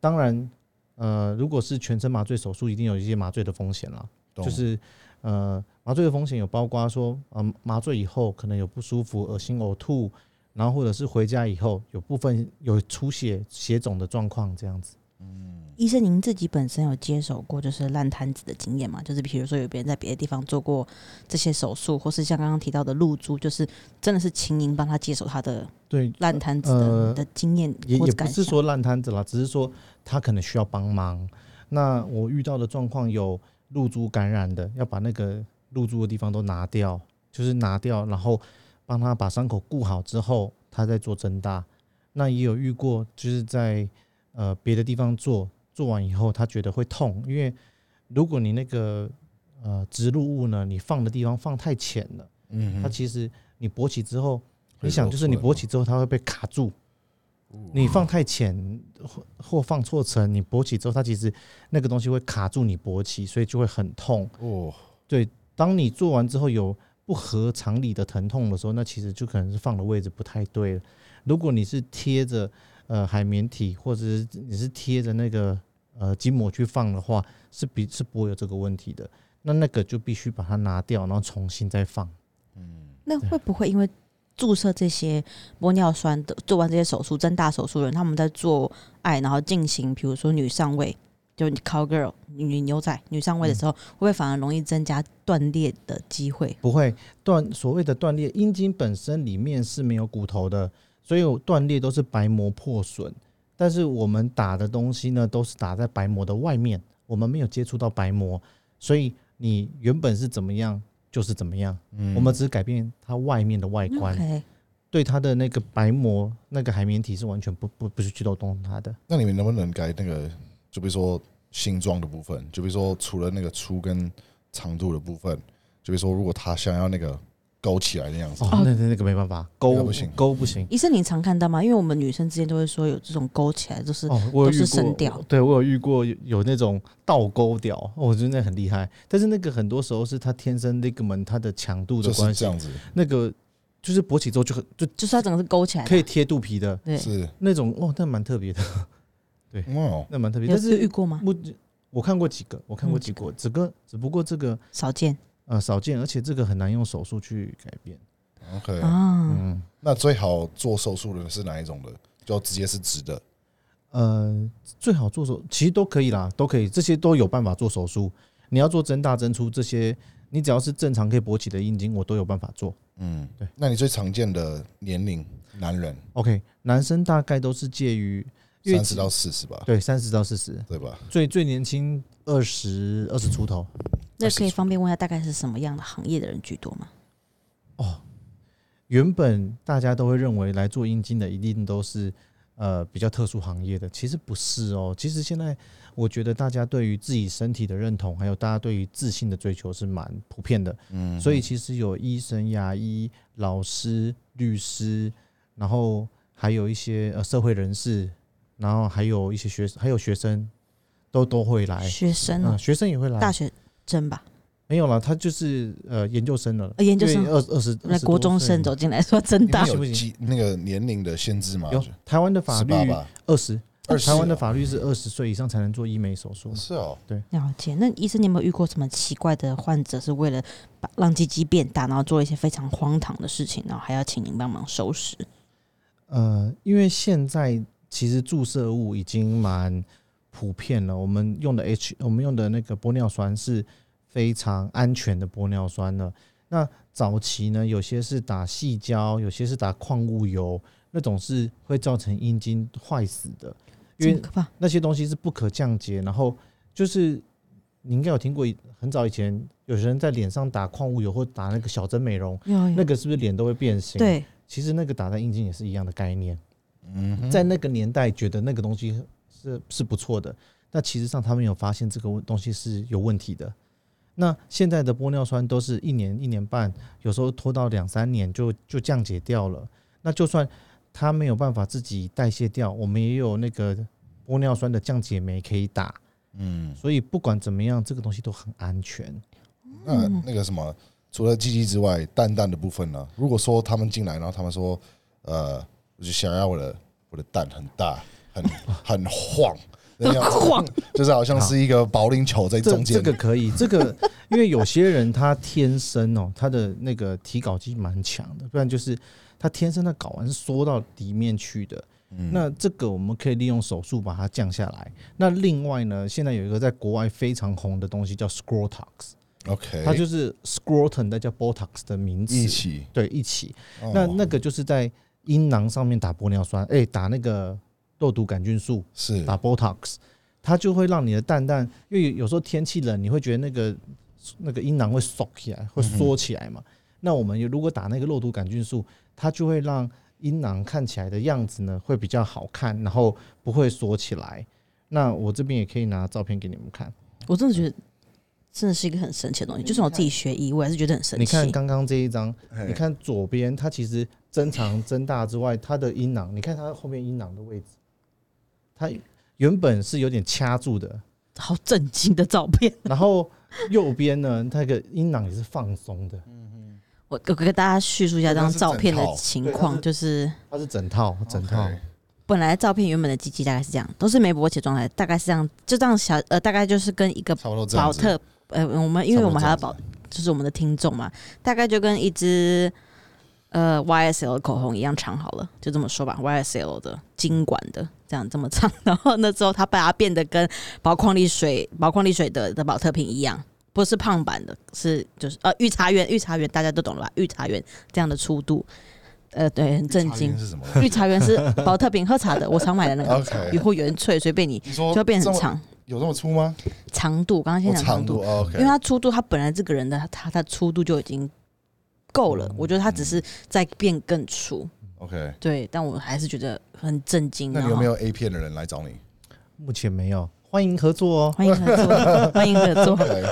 Speaker 3: 当然，呃，如果是全身麻醉手术，一定有一些麻醉的风险啦，
Speaker 2: 懂
Speaker 3: 就是呃，麻醉的风险有包括说，呃，麻醉以后可能有不舒服、恶心、呕吐，然后或者是回家以后有部分有出血、血肿的状况这样子。嗯，
Speaker 1: 医生，您自己本身有接手过就是烂摊子的经验吗？就是比如说有别人在别的地方做过这些手术，或是像刚刚提到的露珠，就是真的是请您帮他接手他的
Speaker 3: 对，
Speaker 1: 烂摊子的、
Speaker 3: 呃
Speaker 1: 的经验
Speaker 3: 也
Speaker 1: 或
Speaker 3: 也
Speaker 1: 者
Speaker 3: 不
Speaker 1: 感
Speaker 3: 是
Speaker 1: 想。
Speaker 3: 说烂摊子啦，只是说他可能需要帮忙。那我遇到的状况有露珠感染的，要把那个露珠的地方都拿掉，就是拿掉，然后帮他把伤口顾好之后，他再做增大。那也有遇过，就是在呃别的地方做，做完以后他觉得会痛，因为如果你那个呃植入物呢，你放的地方放太浅了，
Speaker 2: 嗯
Speaker 3: 它
Speaker 2: 哼，
Speaker 3: 其实你勃起之后，
Speaker 2: 会
Speaker 3: 你想
Speaker 2: 露
Speaker 3: 就是
Speaker 2: 出
Speaker 3: 你
Speaker 2: 来
Speaker 3: 勃
Speaker 2: 吗
Speaker 3: 起之后它会被卡住，你放太浅或或放错层，你勃起之后它其实那个东西会卡住你勃起，所以就会很痛。
Speaker 2: 哦，
Speaker 3: 当你做完之后有不合常理的疼痛的时候，那其实就可能是放的位置不太对了。如果你是贴着呃海绵体，或者是你是贴着那个呃筋膜去放的话，是比是不会有这个问题的。那那个就必须把它拿掉，然后重新再放。
Speaker 1: 那会不会因为注射这些玻尿酸的，做完这些手术，增大手术的人，他们在做爱，然后进行比如说女上位，就 cowgirl 女牛仔女上
Speaker 3: 嗯
Speaker 1: 位的时候，会不会反而容易增加断裂的机会？
Speaker 3: 不会断，所谓的断裂，阴茎本身里面是没有骨头的，所以断裂都是白膜破损。但是我们打的东西呢，都是打在白膜的外面，我们没有接触到白膜，所以你原本是怎么样就是怎么样，
Speaker 2: 嗯
Speaker 3: 我们只是改变它外面的外观，
Speaker 1: OK，
Speaker 3: 对它的那个白膜、那个海绵体是完全不不不是去动动它的。
Speaker 2: 那你们能不能改那个？就比如说性状的部分，就比如说除了那个粗跟长度的部分，就比如说如果他想要那个勾起来的样子，
Speaker 3: 哦，那那那个没办法，
Speaker 2: 那
Speaker 3: 勾
Speaker 2: 个不行
Speaker 3: 勾不行。
Speaker 1: 医生，你常看到吗？因为我们女生之间都会说有这种勾起来，就是、
Speaker 3: 哦，我有遇
Speaker 1: 都是
Speaker 3: 过，
Speaker 1: 神雕
Speaker 3: 对我有遇过有有那种倒钩雕，哦我觉得那很厉害。但是那个很多时候是它天生 ligament 它的强度
Speaker 2: 就
Speaker 3: 的
Speaker 2: 是
Speaker 3: 关
Speaker 2: 这
Speaker 3: 系，
Speaker 2: 样子，
Speaker 3: 那个就是勃起之后就很就
Speaker 1: 就是它整个是勾起来的。
Speaker 3: 可以贴肚皮的
Speaker 1: 对，
Speaker 2: 是
Speaker 3: 那种，哦，那蛮特别的，
Speaker 2: 哇哦，
Speaker 3: 那蛮特别。
Speaker 1: 你
Speaker 3: 但
Speaker 1: 有有遇
Speaker 3: 是
Speaker 1: 过吗？
Speaker 3: 目我看过几个，我看过
Speaker 1: 嗯
Speaker 3: 几
Speaker 1: 几个
Speaker 3: 个，只个只不过这个
Speaker 1: 少见
Speaker 3: 呃少见，而且这个很难用手术去改变。
Speaker 2: ，OK，
Speaker 1: 啊，
Speaker 3: 嗯，
Speaker 2: 那最好做手术的是哪一种的？就直接是直的，
Speaker 3: 呃，最好做手其实都可以啦，都可以，这些都有办法做手术。你要做增大、增粗这些，你只要是正常可以勃起的阴茎，我都有办法做。
Speaker 2: 嗯，
Speaker 3: 对。
Speaker 2: 那你最常见的年龄，男人
Speaker 3: OK，男生大概都是介于因为
Speaker 2: 三十到四十吧，
Speaker 3: 对三十到四十，
Speaker 2: 对吧？
Speaker 3: 最最年轻二十二十出头。
Speaker 1: 那可以方便问一下，大概是什么样的行业的人居多吗？
Speaker 3: 原本大家都会认为来做阴茎的一定都是呃比较特殊行业的，其实不是哦。其实现在我觉得大家对于自己身体的认同，还有大家对于自信的追求是蛮普遍的。
Speaker 2: 嗯，
Speaker 3: 所以其实有医生、牙医、老师、律师，然后还有一些呃社会人士，然后还有一些学还有学生，都都会来，
Speaker 1: 学生
Speaker 3: 嗯、
Speaker 1: 哦，
Speaker 3: 学生也会来，
Speaker 1: 大学生吧，
Speaker 3: 没有啦，他就是呃研究生了，
Speaker 1: 呃研究生
Speaker 3: 因为二二十
Speaker 1: 那国中生，走进来说真
Speaker 2: 你
Speaker 1: 大
Speaker 2: 们
Speaker 3: 行不
Speaker 2: 有
Speaker 3: 行
Speaker 2: 几那个年龄的限制吗
Speaker 3: 20？有台湾的法
Speaker 2: 十
Speaker 3: 律
Speaker 2: 八吧，
Speaker 3: 二十，
Speaker 2: 二
Speaker 3: 台湾的法律是二十岁以上才能做医美手术，
Speaker 2: 是哦，
Speaker 1: 了解。那医生，你有没有遇过什么奇怪的患者，是为了把让鸡鸡变大，然后做一些非常荒唐的事情，然后还要请您帮忙收拾？
Speaker 3: 呃，因为现在其实注射物已经蛮普遍了，我们用的 H，我们用的那个玻尿酸是非常安全的玻尿酸了。那早期呢，有些是打细胶，有些是打矿物油，那种是会造成阴茎坏死的，
Speaker 1: 这
Speaker 3: 因为
Speaker 1: 么可怕！
Speaker 3: 那些东西是不可降解，然后就是你应该有听过，很早以前有人在脸上打矿物油或打那个小针美容，
Speaker 1: 有有
Speaker 3: 那个是不是脸都会变形？，
Speaker 1: 对，
Speaker 3: 其实那个打在阴茎也是一样的概念，
Speaker 2: 嗯哼，
Speaker 3: 在那个年代觉得那个东西是是不错的，那其实上他们有发现这个问东西是有问题的。那现在的玻尿酸都是一年一年半，有时候拖到两三年就就降解掉了。那就算它没有办法自己代谢掉，我们也有那个玻尿酸的降解酶可以打。
Speaker 2: 嗯，
Speaker 3: 所以不管怎么样，这个东西都很安全。
Speaker 2: 那
Speaker 3: 嗯
Speaker 2: 那个什么，除了鸡鸡之外，蛋蛋的部分呢？如果说他们进来，然后他们说，呃，我就想要我的我的蛋很大， 很很晃，那样子
Speaker 1: 晃，
Speaker 2: 就是好像是一个保龄球在
Speaker 3: 这
Speaker 2: 中
Speaker 3: 这
Speaker 2: 间
Speaker 3: 个，可以，这 个因为有些人他天生哦，他的那个提睾肌蛮强的，不然就是他天生的睾丸是缩到里面去的。
Speaker 2: 嗯
Speaker 3: 那这个我们可以利用手术把它降下来。那另外呢，现在有一个在国外非常红的东西叫 Scrotox，
Speaker 2: OK，
Speaker 3: 它就是 Scroton 再加 Botox 的名
Speaker 2: 一
Speaker 3: 词，
Speaker 2: 起。
Speaker 3: 对，一起。
Speaker 2: 哦
Speaker 3: 那那个就是在阴囊上面打玻尿酸，哎、打那个痘毒杆菌素，
Speaker 2: 是
Speaker 3: 打 Botox，它就会让你的蛋蛋，因为有有时候天气冷，你会觉得那个那个阴囊会缩起来，会缩起来嘛。那我们如果打那个肉毒杆菌素，它就会让阴囊看起来的样子呢会比较好看，然后不会缩起来。那我这边也可以拿照片给你们看。
Speaker 1: 我真的觉得真的是一个很神奇的东西。就算我自己学医，我还是觉得很神奇。
Speaker 3: 你看刚刚这一张，
Speaker 2: 嘿
Speaker 3: 你看左边，它其实增长增大之外，它的阴囊，你看它后面阴囊的位置，它原本是有点掐住的，
Speaker 1: 好震惊的照片，
Speaker 3: 然后右边呢，那个阴囊也是放松的，
Speaker 1: 嗯我我给大家叙述一下这张照片的情况，
Speaker 3: 对
Speaker 1: 就是
Speaker 3: 它是整套整套。
Speaker 2: OK
Speaker 1: 本来照片原本的机器大概是这样，都是没勃起状态，大概是这样，就这样小呃，大概就是跟一个
Speaker 2: 差不多这样
Speaker 1: 保
Speaker 2: 子。
Speaker 1: 特呃，我们因为我们还要
Speaker 2: 差不
Speaker 1: 保，就是我们的听众嘛，大概就跟一支呃 YSL 的口红一样长好了，就这么说吧，YSL 的金管的这样这么长， 然后那之后他把它变得跟宝矿力水宝矿力水的的保特瓶一样，不是胖版的，是就是呃御茶园御茶园大家都懂了吧，御茶园这样的粗度，呃对，很震
Speaker 2: 茶
Speaker 1: 惊
Speaker 2: 园。是 什么
Speaker 1: 御茶园哦是保特瓶喝茶的，我常买的那 个鱼
Speaker 2: ？OK，
Speaker 1: 或原萃，随便你
Speaker 2: 你说
Speaker 1: 就会变
Speaker 2: 这
Speaker 1: 很
Speaker 2: 么
Speaker 1: 长，
Speaker 2: 有这么粗吗？
Speaker 1: 长度。刚刚先
Speaker 2: 哦
Speaker 1: 讲
Speaker 2: 长
Speaker 1: 度
Speaker 2: 度，哦，OK，
Speaker 1: 因为他粗度，他本来这个人的他他的粗度就已经够了，我觉得他只是在变更粗。
Speaker 2: OK，
Speaker 1: 对，但我还是觉得很震惊。
Speaker 2: 那
Speaker 1: 嗯
Speaker 2: 你
Speaker 1: 然
Speaker 2: 有
Speaker 1: 后
Speaker 2: 没有 A 片的人来找你
Speaker 3: 目前没有，欢迎合作哦。
Speaker 1: 欢迎合作？欢迎合作。
Speaker 2: ？OK，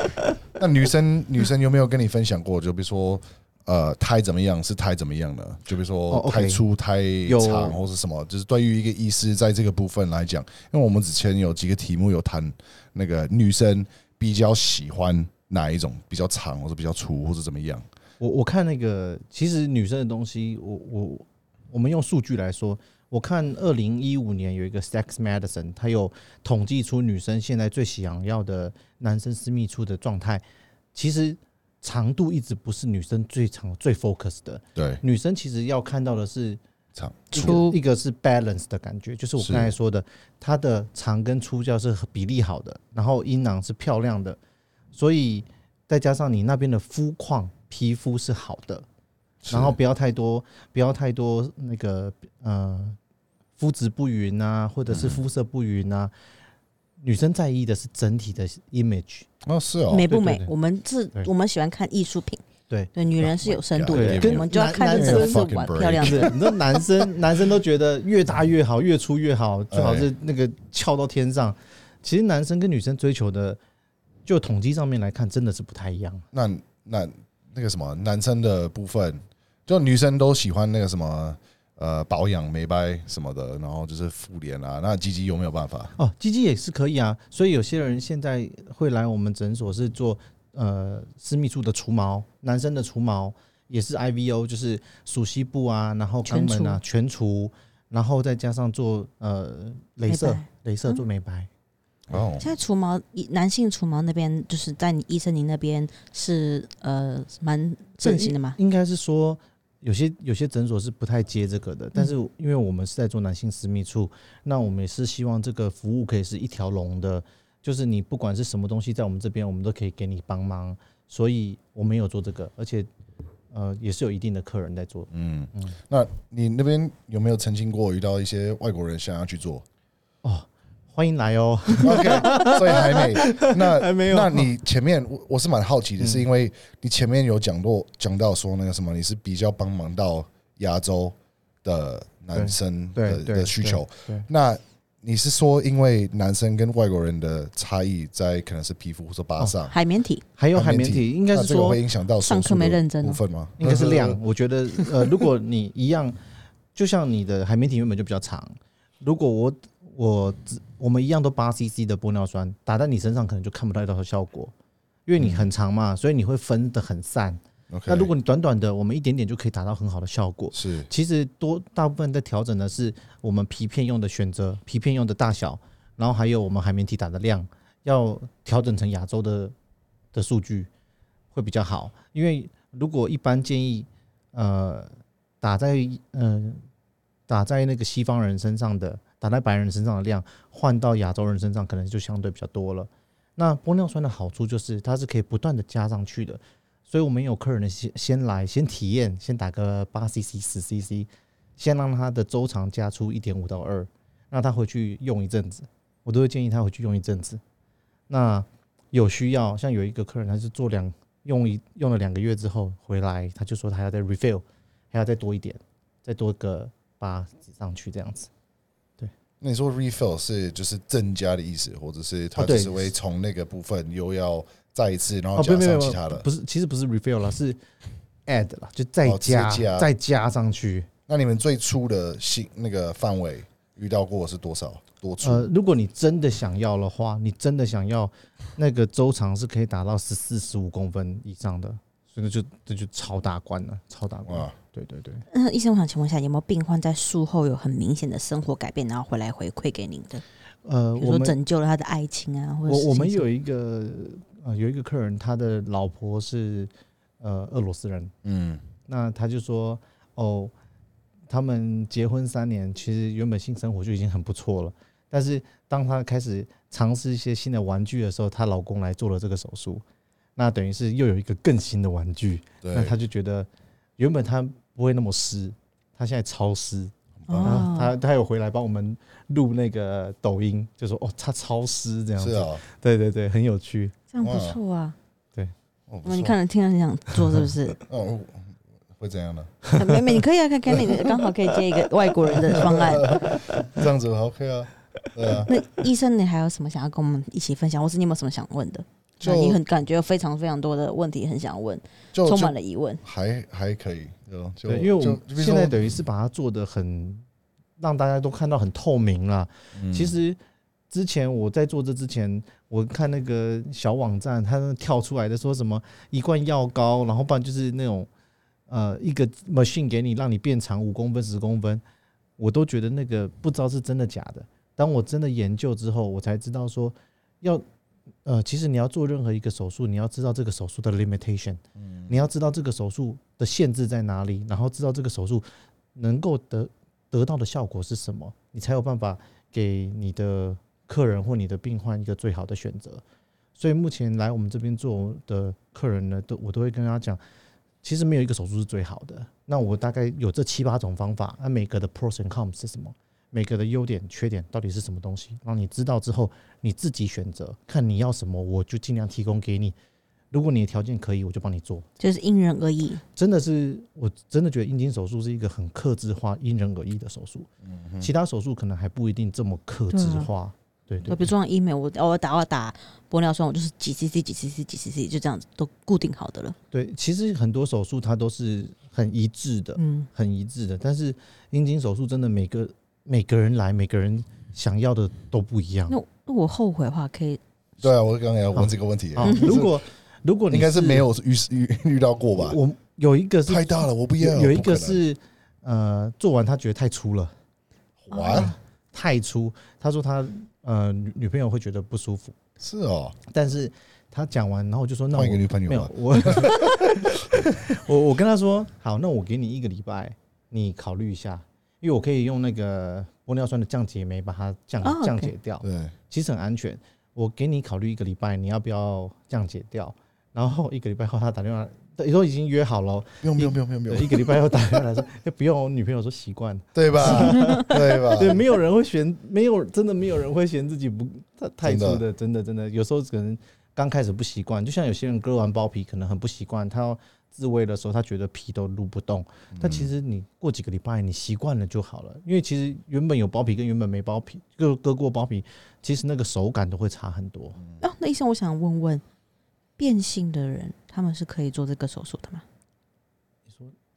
Speaker 2: 那女生女生有没有跟你分享过？就比如说。呃，胎怎么样是胎怎么样呢？就比如
Speaker 3: 哦
Speaker 2: 说
Speaker 3: ，OK 哦
Speaker 2: 胎粗、胎
Speaker 3: 有
Speaker 2: 长或是什么，就是对于一个医师在这个部分来讲，因为我们之前有几个题目有谈那个女生比较喜欢哪一种，比较长或者比较粗或者怎么样。
Speaker 3: 我我看那个，其实女生的东西，我我我们用数据来说，我看二零一五年有一个 Sex Medicine，它有统计出女生现在最想要的男生私密处的状态，其实长度一直不是女生最长最 focus 的，
Speaker 2: 对，
Speaker 3: 女生其实要看到的是
Speaker 2: 长
Speaker 3: 一个
Speaker 1: 粗
Speaker 3: 一个是 balance 的感觉，就是我
Speaker 2: 是
Speaker 3: 刚才说的，它的长跟粗叫是比例好的，然后阴囊是漂亮的，所以再加上你那边的肤况、皮肤是好的，
Speaker 2: 是
Speaker 3: 然后不要太多，不要太多那个呃肤质不匀啊，或者是肤色不匀啊。女生在意的是整体的 image，
Speaker 2: 哦是哦，
Speaker 1: 美不
Speaker 3: 对对
Speaker 1: 美？
Speaker 3: 对
Speaker 1: 我们是
Speaker 3: 对
Speaker 1: 我们喜欢看艺术品，
Speaker 3: 对
Speaker 1: 对，女人是有深度
Speaker 2: Oh my
Speaker 1: 的
Speaker 2: God，，
Speaker 3: 对
Speaker 1: 我们就要
Speaker 3: 男
Speaker 1: 看
Speaker 3: 男
Speaker 1: 这
Speaker 3: 人
Speaker 1: 真的是
Speaker 2: fucking
Speaker 1: 玩
Speaker 2: brave
Speaker 1: 漂亮
Speaker 3: 是
Speaker 1: 的。
Speaker 3: 你知道男 生男生都觉得越大越好，越粗越好，最好
Speaker 2: 哎
Speaker 3: 是那个翘到天上。其实男生跟女生追求的，就统计上面来看，真的是不太一样。
Speaker 2: 那那那个什么男生的部分，就女生都喜欢那个什么呃保养美白什么的，然后就是复脸啊，那鸡鸡有没有办法？
Speaker 3: 哦，鸡鸡也是可以啊，所以有些人现在会来我们诊所是做呃私密处的除毛，男生的除毛也是 IVO，就是属西部啊，然后肛门啊全除，然后再加上做呃镭射，镭射做美白。
Speaker 2: 哦，
Speaker 1: 现在除毛，一男性除毛那边就是在你医生您那边是呃蛮盛行的嘛？
Speaker 3: 应该是说有些有些诊所是不太接这个的，但是因为我们是在做男性私密处，那我们也是希望这个服务可以是一条龙的，就是你不管是什么东西在我们这边，我们都可以给你帮忙，所以我们有做这个，而且呃也是有一定的客人在做。
Speaker 2: 嗯，那你那边有没有曾经过遇到一些外国人想要去做
Speaker 3: 欢迎来哦，
Speaker 2: ？OK，所以还没。那
Speaker 3: 还没有嗯
Speaker 2: 那你前面我我是蛮好奇的，是因为你前面有讲过讲到说那个什么，你是比较帮忙到亚洲的男生
Speaker 3: 对
Speaker 2: 的
Speaker 3: 对
Speaker 2: 的需求，
Speaker 3: 对对
Speaker 2: 那你是说因为男生跟外国人的差异在可能是皮肤或者疤上，
Speaker 1: 海绵体
Speaker 3: 还有海
Speaker 2: 海
Speaker 3: 绵
Speaker 2: 绵
Speaker 3: 体，哦应
Speaker 2: 那
Speaker 3: 该是
Speaker 2: 啊这个
Speaker 3: 说
Speaker 2: 会影响到手
Speaker 1: 上
Speaker 2: 术
Speaker 1: 课没
Speaker 2: 的
Speaker 1: 认真哦
Speaker 2: 部分吗？
Speaker 3: 应该 是量。我觉得，呃， 如果你一样，就像你的海绵体原本就比较长，如果我我只我们一样都八 CC 的玻尿酸打在你身上，可能就看不到到效果，因为你很长嘛，所以你会分得很散。
Speaker 2: OK，
Speaker 3: 那如果你短短的，我们一点点就可以达到很好的效果。
Speaker 2: 是
Speaker 3: 其实多大部分在调整的是我们皮片用的选择、皮片用的大小，然后还有我们海绵体打的量，要调整成亚洲的的数据会比较好。因为如果一般建议，呃，打在嗯、呃、打在那个西方人身上的，打在白人身上的量，换到亚洲人身上可能就相对比较多了。那玻尿酸的好处就是它是可以不断的加上去的，所以我们有客人先先来先体验，先打个八 CC、十 CC，先让他的周长加出一点五到二，让他回去用一阵子，我都会建议他回去用一阵子。那有需要，像有一个客人，他是做两用一用了两个月之后回来，他就说他要再 refill，还要再多一点，再多个八上去这样子。
Speaker 2: 那你说 refill 是就是增加的意思，或者是它
Speaker 3: 哦对
Speaker 2: 只是会从那个部分又要再一次，然后
Speaker 3: 哦，
Speaker 2: 加
Speaker 3: 不不
Speaker 2: 上
Speaker 3: 不
Speaker 2: 其他的
Speaker 3: 不，。不是，其实不是 refill 啦，是 add 啦，就再
Speaker 2: 哦
Speaker 3: 加、
Speaker 2: 再加
Speaker 3: 再加上去。
Speaker 2: 那你们最初的新那个范围遇到过是多少？多粗？
Speaker 3: 呃，如果你真的想要的话，你真的想要那个周长是可以达到十四十五公分以上的，所以那就这就超大关了，超大关。
Speaker 2: 哇，
Speaker 3: 对对对。
Speaker 1: 那呃医生，我想请问一下，有没有病患在术后有很明显的生活改变，然后回来回馈给您的？
Speaker 3: 呃，
Speaker 1: 比
Speaker 3: 我
Speaker 1: 如说
Speaker 3: 们
Speaker 1: 拯救了他的爱情啊，或者
Speaker 3: 我我
Speaker 1: 是
Speaker 3: 们
Speaker 1: 什么
Speaker 3: 有一个呃有一个客人，他的老婆是呃俄罗斯人，
Speaker 2: 嗯，
Speaker 3: 那他就说哦，他们结婚三年，其实原本性生活就已经很不错了，但是当她开始尝试一些新的玩具的时候，她老公来做了这个手术，那等于是又有一个更新的玩具，
Speaker 2: 对，
Speaker 3: 那她就觉得原本她不会那么湿，她现在超湿，然
Speaker 2: 啊
Speaker 1: 哦
Speaker 3: 后她她有回来帮我们录那个抖音，就说哦，她超湿这样子，
Speaker 2: 是啊，
Speaker 3: 对对对，很有趣。
Speaker 1: 这样不错啊。
Speaker 2: 哦不
Speaker 1: 那你
Speaker 2: 错
Speaker 1: 看了听了很想做是不是？
Speaker 2: 哦，会怎样呢？
Speaker 1: 妹妹，你可以啊，看看你的刚好可以接一个外国人的方案。
Speaker 2: 这样子 OK 啊，对啊，
Speaker 1: 那医生，你还有什么想要跟我们一起分享，或是你有没有什么想问的？
Speaker 2: 就
Speaker 1: 那你很感觉有非常非常多的问题很想问，
Speaker 2: 就
Speaker 1: 充
Speaker 2: 就
Speaker 1: 满了疑问。
Speaker 2: 还还可以，就就
Speaker 3: 对，因为我
Speaker 2: 就
Speaker 3: 们
Speaker 2: 就比如
Speaker 3: 现在
Speaker 2: 说
Speaker 3: 等于是把它做的很，让大家都看到很透明了。
Speaker 2: 嗯
Speaker 3: 其实之前我在做这之前，我看那个小网站，它那跳出来的说什么一罐药膏，然后不然就是那种呃一个 machine 给你，让你变长五公分、十公分，我都觉得那个不知道是真的假的。当我真的研究之后，我才知道说要。呃，其实你要做任何一个手术，你要知道这个手术的 limitation，、你要知道这个手术的限制在哪里，然后知道这个手术能够得得到的效果是什么，你才有办法给你的客人或你的病患一个最好的选择。所以目前来我们这边做的客人呢，都我都会跟他讲，其实没有一个手术是最好的。那我大概有这七八种方法，那每个的 pros and cons 是什么？每个的优点、缺点到底是什么东西？让你知道之后，你自己选择，看你要什么，我就尽量提供给你。如果你的条件可以，我就帮你做。
Speaker 1: 就是因人而异，
Speaker 3: 真的是，我真的觉得阴茎手术是一个很克制化、因人而异的手术，
Speaker 2: 嗯
Speaker 3: 其他手术可能还不一定这么克制化。对对
Speaker 1: 比如
Speaker 3: 对，
Speaker 1: 说像医美，我偶尔打我打玻尿酸，我就是几 cc 几 cc 几 cc 就这样子都固定好的了。
Speaker 3: 对，其实很多手术它都是很一致的，
Speaker 1: 嗯，
Speaker 3: 很一致的。但是阴茎手术真的每个每个人来，每个人想要的都不一样
Speaker 1: 那。我那我后悔的话，可以
Speaker 2: 对啊，我刚刚也要问这个问题，
Speaker 1: 嗯
Speaker 3: 啊，如果如果 你
Speaker 2: 应该是没有遇遇遇到过吧
Speaker 3: 我？我有一个是
Speaker 2: 太大了，我不要。
Speaker 3: 有有一
Speaker 2: 不可
Speaker 3: 个
Speaker 2: 能
Speaker 3: 是呃，做完他觉得太粗了。
Speaker 2: 哇，
Speaker 3: 太粗，他说他呃女女朋友会觉得不舒服，
Speaker 2: 是哦，
Speaker 3: 但是他讲完，然后我就说那我
Speaker 2: 换一个女朋
Speaker 3: 没
Speaker 2: 友啊
Speaker 3: 有
Speaker 2: 吧。
Speaker 3: 我我我跟他说好，那我给你一个礼拜，你考虑一下，因为我可以用那个玻尿酸的降解酶把它降、
Speaker 1: 哦，OK
Speaker 3: 降解掉，
Speaker 2: 对，
Speaker 3: 其实很安全。我给你考虑一个礼拜，你要不要降解掉？然后一个礼拜后，他打电话，都已经约好了哦，
Speaker 2: 不用不用不用不用不
Speaker 3: 对
Speaker 2: 用，
Speaker 3: 一个礼拜后打电话来说，哎不用，我女朋友说习惯了。
Speaker 2: 对 吧？对吧？
Speaker 3: 对，没有人会嫌，没有真的没有人会嫌自己不太太
Speaker 2: 真的
Speaker 3: 粗的，真的真的，有时候可能刚开始不习惯，就像有些人割完包皮可能很不习惯，他要自慰的时候他觉得皮都撸不动，但其实你过几个礼拜你习惯了就好了，因为其实原本有包皮跟原本没包皮，割割过包皮，其实那个手感都会差很多。
Speaker 1: 啊。那医生，我想问问，变性的人他们是可以做这个手术的吗？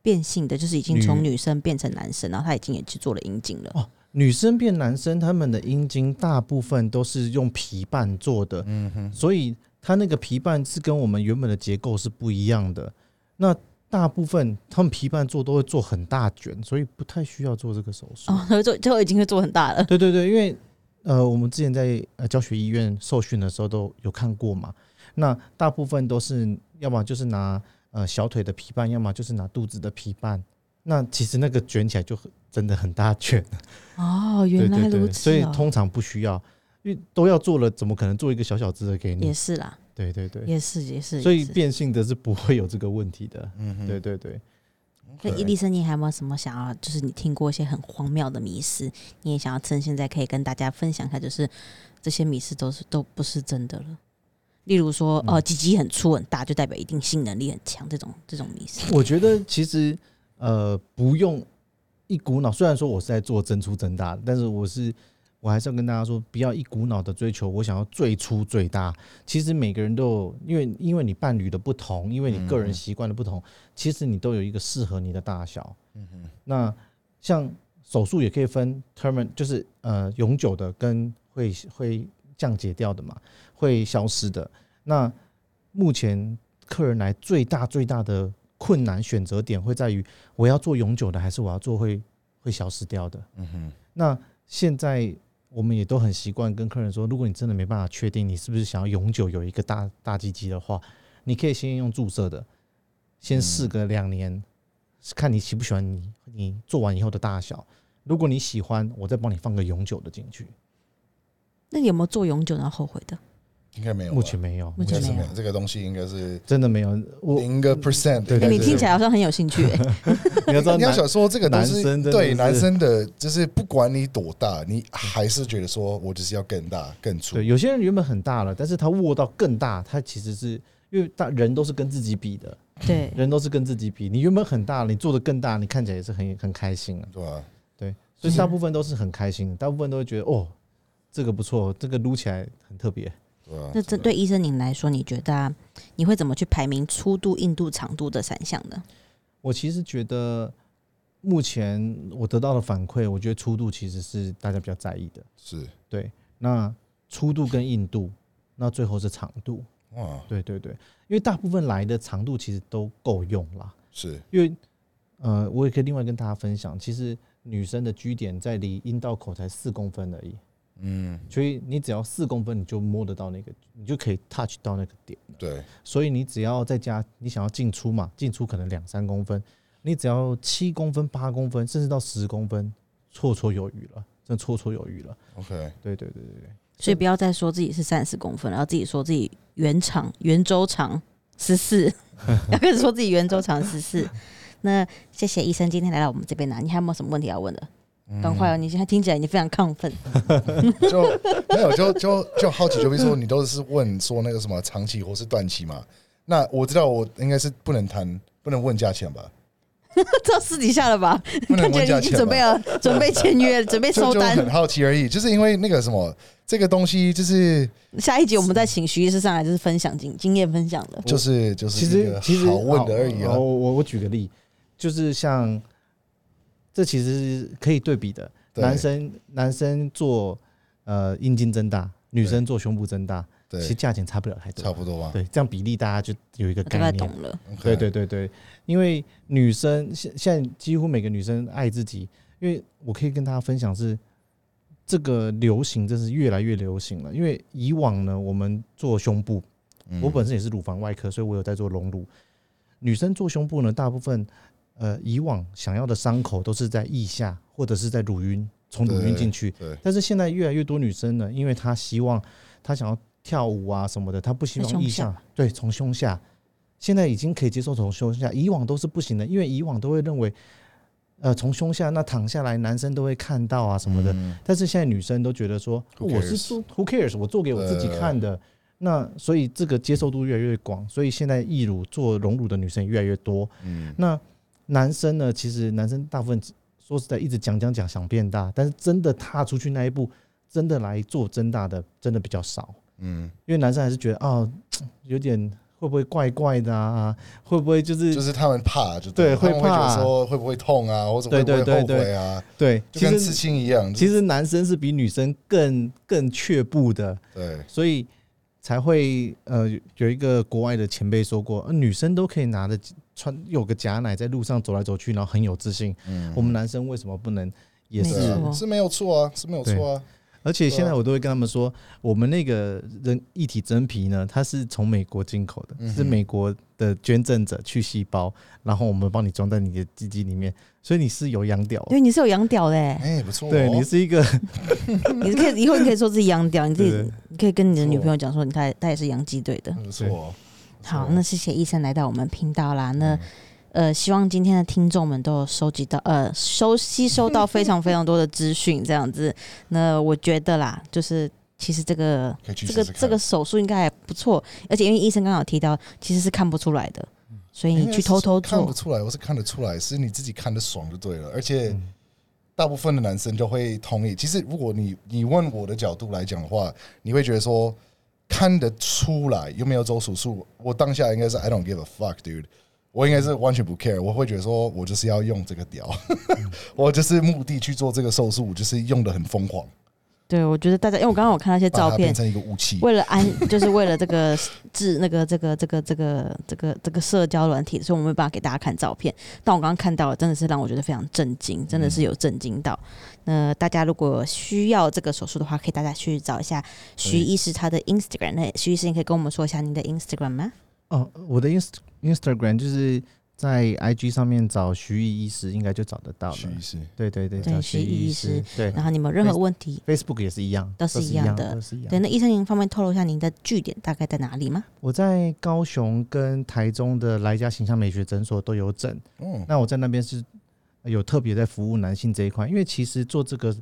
Speaker 1: 变性的就是已经从
Speaker 3: 女
Speaker 1: 女生变成男生，然后他已经也去做了阴茎了。
Speaker 3: 女生变男生，他们的阴茎大部分都是用皮瓣做的，
Speaker 2: 嗯哼，
Speaker 3: 所以它那个皮瓣是跟我们原本的结构是不一样的。那大部分他们皮瓣做都会做很大卷，所以不太需要做这个手术。
Speaker 1: 哦，他会做，最后已经会做很大了。
Speaker 3: 对对对，因为呃，我们之前在呃教学医院受训的时候都有看过嘛。那大部分都是要么就是拿呃小腿的皮瓣，要么就是拿肚子的皮瓣，那其实那个卷起来就很真的很大卷，
Speaker 1: 哦，
Speaker 3: 对
Speaker 1: 原来
Speaker 3: 对
Speaker 1: 如
Speaker 3: 对，
Speaker 1: 此、
Speaker 3: 所以
Speaker 1: 哦
Speaker 3: 通常不需要，因为都要做了，怎么可能做一个小小只的给
Speaker 1: 也
Speaker 3: 你？
Speaker 1: 是啦，
Speaker 3: 对对对，
Speaker 1: 也是也是。
Speaker 3: 所以
Speaker 1: 也是
Speaker 3: 变性的是不会有这个问题的。
Speaker 2: 嗯哼
Speaker 3: 对对对，
Speaker 1: 所以伊丽森，你还有没有什么想要，就是你听过一些很荒谬的迷思，你也想要趁现在可以跟大家分享一下，就是这些迷思都是都不是真的了。例如说，
Speaker 3: 嗯
Speaker 1: 哦、呃，鸡鸡很粗很大，就代表一定性能力很强，这种这种迷思。
Speaker 3: 我觉得其实呃不用一股脑，虽然说我是在做增粗增大，但是我是我还是要跟大家说，不要一股脑的追求我想要最粗最大。其实每个人都有，因为因为你伴侣的不同，因为你个人习惯的不同，其实你都有一个适合你的大小。嗯那像手术也可以分 term，就是呃永久的跟会会降解掉的嘛，会消失的。那目前客人来最大最大的困难选择点会在于，我要做永久的，还是我要做会会消失掉的？
Speaker 2: 嗯哼，
Speaker 3: 那现在我们也都很习惯跟客人说，如果你真的没办法确定你是不是想要永久有一个大大鸡鸡的话，你可以先用注射的，先
Speaker 2: 嗯
Speaker 3: 试个两年，看你喜不喜欢你你做完以后的大小。如果你喜欢，我再帮你放个永久的进去。
Speaker 1: 那你有没有做永久然后后悔的？
Speaker 2: 应该没有吧，啊
Speaker 3: 目前没有，
Speaker 1: 目
Speaker 2: 应该
Speaker 1: 前
Speaker 2: 是
Speaker 1: 没
Speaker 2: 没
Speaker 1: 有
Speaker 2: 有这个东西，应该是
Speaker 3: 真的没有。我
Speaker 2: 零个 percent。
Speaker 3: 对
Speaker 1: 哎、
Speaker 3: 对
Speaker 1: 你
Speaker 3: 对
Speaker 1: 听起来好像很有兴 趣、欸。
Speaker 3: 你要知道
Speaker 2: 你要
Speaker 3: 男，
Speaker 2: 想说这个都
Speaker 3: 男生真的
Speaker 2: 对
Speaker 3: 是
Speaker 2: 男生的，就是不管你多大，你还是觉得说我就是要更大、更粗。
Speaker 3: 对，有些人原本很大了，但是他握到更大，他其实是因为大人都是跟自己比的，
Speaker 1: 对，
Speaker 3: 人都是跟自己比。你原本很大，你做的更大，你看起来也是很很开心啊。
Speaker 2: 对吧？
Speaker 3: 对，所以
Speaker 1: 是
Speaker 3: 大部分都是很开心的，大部分都会觉得哦，这个不错，这个撸起来很特别。
Speaker 2: 对啊吧？
Speaker 1: 那这对医生您来说，你觉得、啊、你会怎么去排名粗度、硬度、长度的三项呢？
Speaker 3: 我其实觉得，目前我得到的反馈，我觉得粗度其实是大家比较在意的。
Speaker 2: 是
Speaker 3: 对，那粗度跟硬度，那最后是长度。
Speaker 2: 哇，
Speaker 3: 对对对，因为大部分来的长度其实都够用啦。
Speaker 2: 是
Speaker 3: 因为呃，我也可以另外跟大家分享，其实女生的居点在离阴道口才四公分而已，
Speaker 2: 嗯，
Speaker 3: 所以你只要四公分，你就摸得到那个，你就可以 touch 到那个点。
Speaker 2: 对，
Speaker 3: 所以你只要在家，你想要进出嘛，进出可能两三公分，你只要七公分、八公分，甚至到十公分，绰绰有余了，真的绰绰有余了。
Speaker 2: OK，
Speaker 3: 对对对对对，
Speaker 1: 所以不要再说自己是三十公分，然后自己说自己原长圆周长十四， 要开始说自己圆周长十四。那谢谢医生今天来到我们这边啊呢、你还有没有什么问题要问的？
Speaker 2: 嗯
Speaker 1: 赶快哦！你现在听起来你非常亢奋，
Speaker 2: 就没有就就就好奇，就比如说你都是问说那个什么长期或是短期嘛？那我知道我应该是不能谈，不能问价钱吧？
Speaker 1: 这私底下了吧？
Speaker 2: 不能
Speaker 1: 感觉
Speaker 2: 问
Speaker 1: 你
Speaker 2: 价
Speaker 1: 已经
Speaker 2: 钱
Speaker 1: 准
Speaker 2: 吧
Speaker 1: 备？要准备签 约，准备
Speaker 2: 就
Speaker 1: 收
Speaker 2: 就很
Speaker 1: 单。
Speaker 2: 好奇而已，就是因为那个什么，这个东西就是
Speaker 1: 下一集我们再请徐医师上来，就是分享经经验分享的。
Speaker 2: 就是就是
Speaker 3: 其
Speaker 2: 一
Speaker 3: 实
Speaker 2: 个
Speaker 3: 其实
Speaker 2: 好问的而已啊
Speaker 3: 好。我我我举个例，就是像这其实是可以对比的，
Speaker 2: 对
Speaker 3: 男生男生做呃阴茎增大，女生做胸部增大，其实
Speaker 2: 对，
Speaker 3: 价钱差不了太
Speaker 2: 差
Speaker 3: 多。
Speaker 2: 不多吧。
Speaker 3: 对，这样比例大家就有一个
Speaker 1: 我大概
Speaker 3: 概
Speaker 1: 懂
Speaker 2: 啊
Speaker 3: 念。
Speaker 1: 了，
Speaker 3: 对
Speaker 2: OK
Speaker 3: 对对对，因为女生现现在几乎每个女生爱自己，因为我可以跟大家分享是这个流行真是越来越流行了。因为以往呢，我们做胸部
Speaker 2: 嗯
Speaker 3: 我本身也是乳房外科，所以我有在做隆乳。女生做胸部呢，大部分呃以往想要的伤口都是在腋下或者是在乳晕，从乳晕进去。
Speaker 2: 对
Speaker 3: 但是现在越来越多女生呢，因为她希望她想要跳舞啊什么的，她不希望腋
Speaker 1: 在胸
Speaker 3: 下，对，从胸下。现在已经可以接受从胸下，以往都是不行的，因为以往都会认为，呃，从胸下那躺下来，男生都会看到啊什么的。
Speaker 2: 嗯
Speaker 3: 但是现在女生都觉得说，
Speaker 2: Who
Speaker 3: 我是
Speaker 2: cares？呃
Speaker 3: 做 who cares，我做给我自己看的。那所以这个接受度越来越广，所以现在义乳做隆乳的女生也越来越多。
Speaker 2: 嗯
Speaker 3: 那男生呢？其实男生大部分说实在一直讲讲讲想变大，但是真的踏出去那一步，真的来做增大的真的比较少，
Speaker 2: 嗯，
Speaker 3: 因为男生还是觉得啊、有点会不会怪怪的啊？会不会就是、
Speaker 2: 就是他们怕，就
Speaker 3: 对
Speaker 2: 他们会
Speaker 3: 会
Speaker 2: 觉
Speaker 3: 怕
Speaker 2: 得说会不会痛啊，或者会不
Speaker 3: 对
Speaker 2: 会
Speaker 3: 对
Speaker 2: 后
Speaker 3: 对
Speaker 2: 悔啊，
Speaker 3: 对？
Speaker 2: 就
Speaker 3: 其
Speaker 2: 跟刺
Speaker 3: 实
Speaker 2: 青一样。
Speaker 3: 其实男生是比女生更更却步的，
Speaker 2: 对，
Speaker 3: 所以才会呃有有一个国外的前辈说过，呃、女生都可以拿着穿有个假奶在路上走来走去，然后很有自信。
Speaker 2: 嗯
Speaker 3: 我们男生为什么不能也
Speaker 1: 没
Speaker 3: 是
Speaker 2: 对啊
Speaker 1: 错
Speaker 2: 是没有错啊，是没有错啊。
Speaker 3: 而且现
Speaker 2: 对
Speaker 3: 在
Speaker 2: 啊
Speaker 3: 我都会跟他们说，我们那个人一体真皮呢，它是从美国进口的，
Speaker 2: 嗯哼
Speaker 3: 是美国的捐赠者去细胞，然后我们帮你装在你的鸡鸡里面，所以你是有养屌哦
Speaker 1: 因，为你是有养屌的、 欸，
Speaker 2: 哎、不错、哦，
Speaker 3: 对你是一个
Speaker 1: 你可以以后你可以说自己养屌，你自
Speaker 3: 对
Speaker 1: 己你可以跟你的女朋友讲说，你她她也是养鸡队的。
Speaker 2: 不错、哦。嗯
Speaker 1: 好，
Speaker 2: 不错
Speaker 1: 那谢谢医生来到我们频道啦。那呃，希望今天的听众们都有收集到呃收吸收到非常非常多的资讯，这样子。 那我觉得啦，就是其实这个
Speaker 2: 可以去
Speaker 1: 这个
Speaker 2: 试试看
Speaker 1: 这个手术应该还不错，而且因为医生刚好提到，其实是看不出来的，所以
Speaker 2: 嗯因
Speaker 1: 你
Speaker 2: 为
Speaker 1: 哎去偷偷
Speaker 2: 是看
Speaker 1: 做
Speaker 2: 不，出来，我是看得出来，是你自己看得爽就对了。而且
Speaker 1: 嗯
Speaker 2: 大部分的男生就会同意。其实如果你你问我的角度来讲的话，你会觉得说看得出来有没有做手术？我当下应该是 I don't give a fuck, dude。我应该是完全不 care，我会觉得说，我就是要用这个屌，
Speaker 1: 嗯
Speaker 2: 我就是目的去做这个手术，我就是用的很疯狂，
Speaker 1: 对我觉得大家，因为我刚刚有看到一些
Speaker 2: 把
Speaker 1: 照
Speaker 2: 它
Speaker 1: 片
Speaker 2: 变，成一个武器。
Speaker 1: 为了安，就是为了这个治那个这个这个这个这个这个社交软体，所以我们没办法给大家看照片。但我刚刚看到了，真的是让我觉得非常震惊，真的是有震惊到。那大家如果需要这个手术的话，可以大家去找一下徐医师他的 Instagram。那徐医师，你可以跟我们说一下您的 Instagram 吗？
Speaker 3: 哦，我的 inst Instagram 就是在 IG 上面找徐毅医师，应该就找得到了
Speaker 2: 是。是，
Speaker 3: 对对对，
Speaker 1: 对
Speaker 3: 找
Speaker 1: 徐
Speaker 3: 徐毅
Speaker 1: 毅
Speaker 3: 医
Speaker 1: 医
Speaker 3: 师
Speaker 1: 师，
Speaker 3: 对
Speaker 1: 然后你们有任何问题，
Speaker 3: ，Facebook 也是一样，
Speaker 1: 都是
Speaker 3: 一
Speaker 1: 一样的
Speaker 3: 都是一样
Speaker 1: 对，。那医生您方便透露一下您的据点大概在哪里吗？
Speaker 3: 我在高雄跟台中的来家形象美学诊所都有诊，
Speaker 2: 嗯，
Speaker 3: 那我在那边是有特别在服务男性这一块，因为其实做这个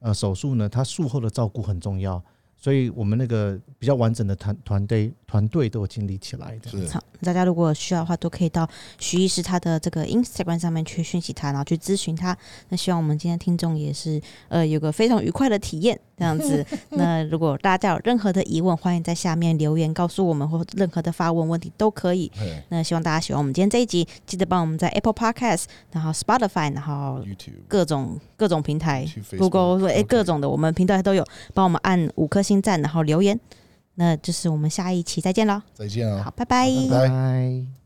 Speaker 3: 呃手术呢，它术后的照顾很重要，所以我们那个比较完整的团团队团队都有建立起来的。
Speaker 2: 是
Speaker 1: 好，大家如果有需要的话，都可以到徐医师他的这个 Instagram 上面去讯息他，然后去咨询他。那希望我们今天听众也是呃有个非常愉快的体验，这样 子。那如果大家有任何的疑问，欢迎在下面留言告诉我们，或任何的发问问题都可以。
Speaker 2: 嘿
Speaker 1: 那希望大家喜欢我们今天这一集，记得帮我们在 Apple Podcast，然后 Spotify，然后
Speaker 2: ，YouTube
Speaker 1: 各种各种平台
Speaker 2: 去 Facebook，
Speaker 1: Google 哎、
Speaker 2: OK
Speaker 1: 各种的，我们平台都有，帮我们按五颗星赞，然后留言。那就是我们下一期再见喽，
Speaker 2: 再见啊、
Speaker 1: 好，拜拜
Speaker 2: 好拜拜
Speaker 3: 拜。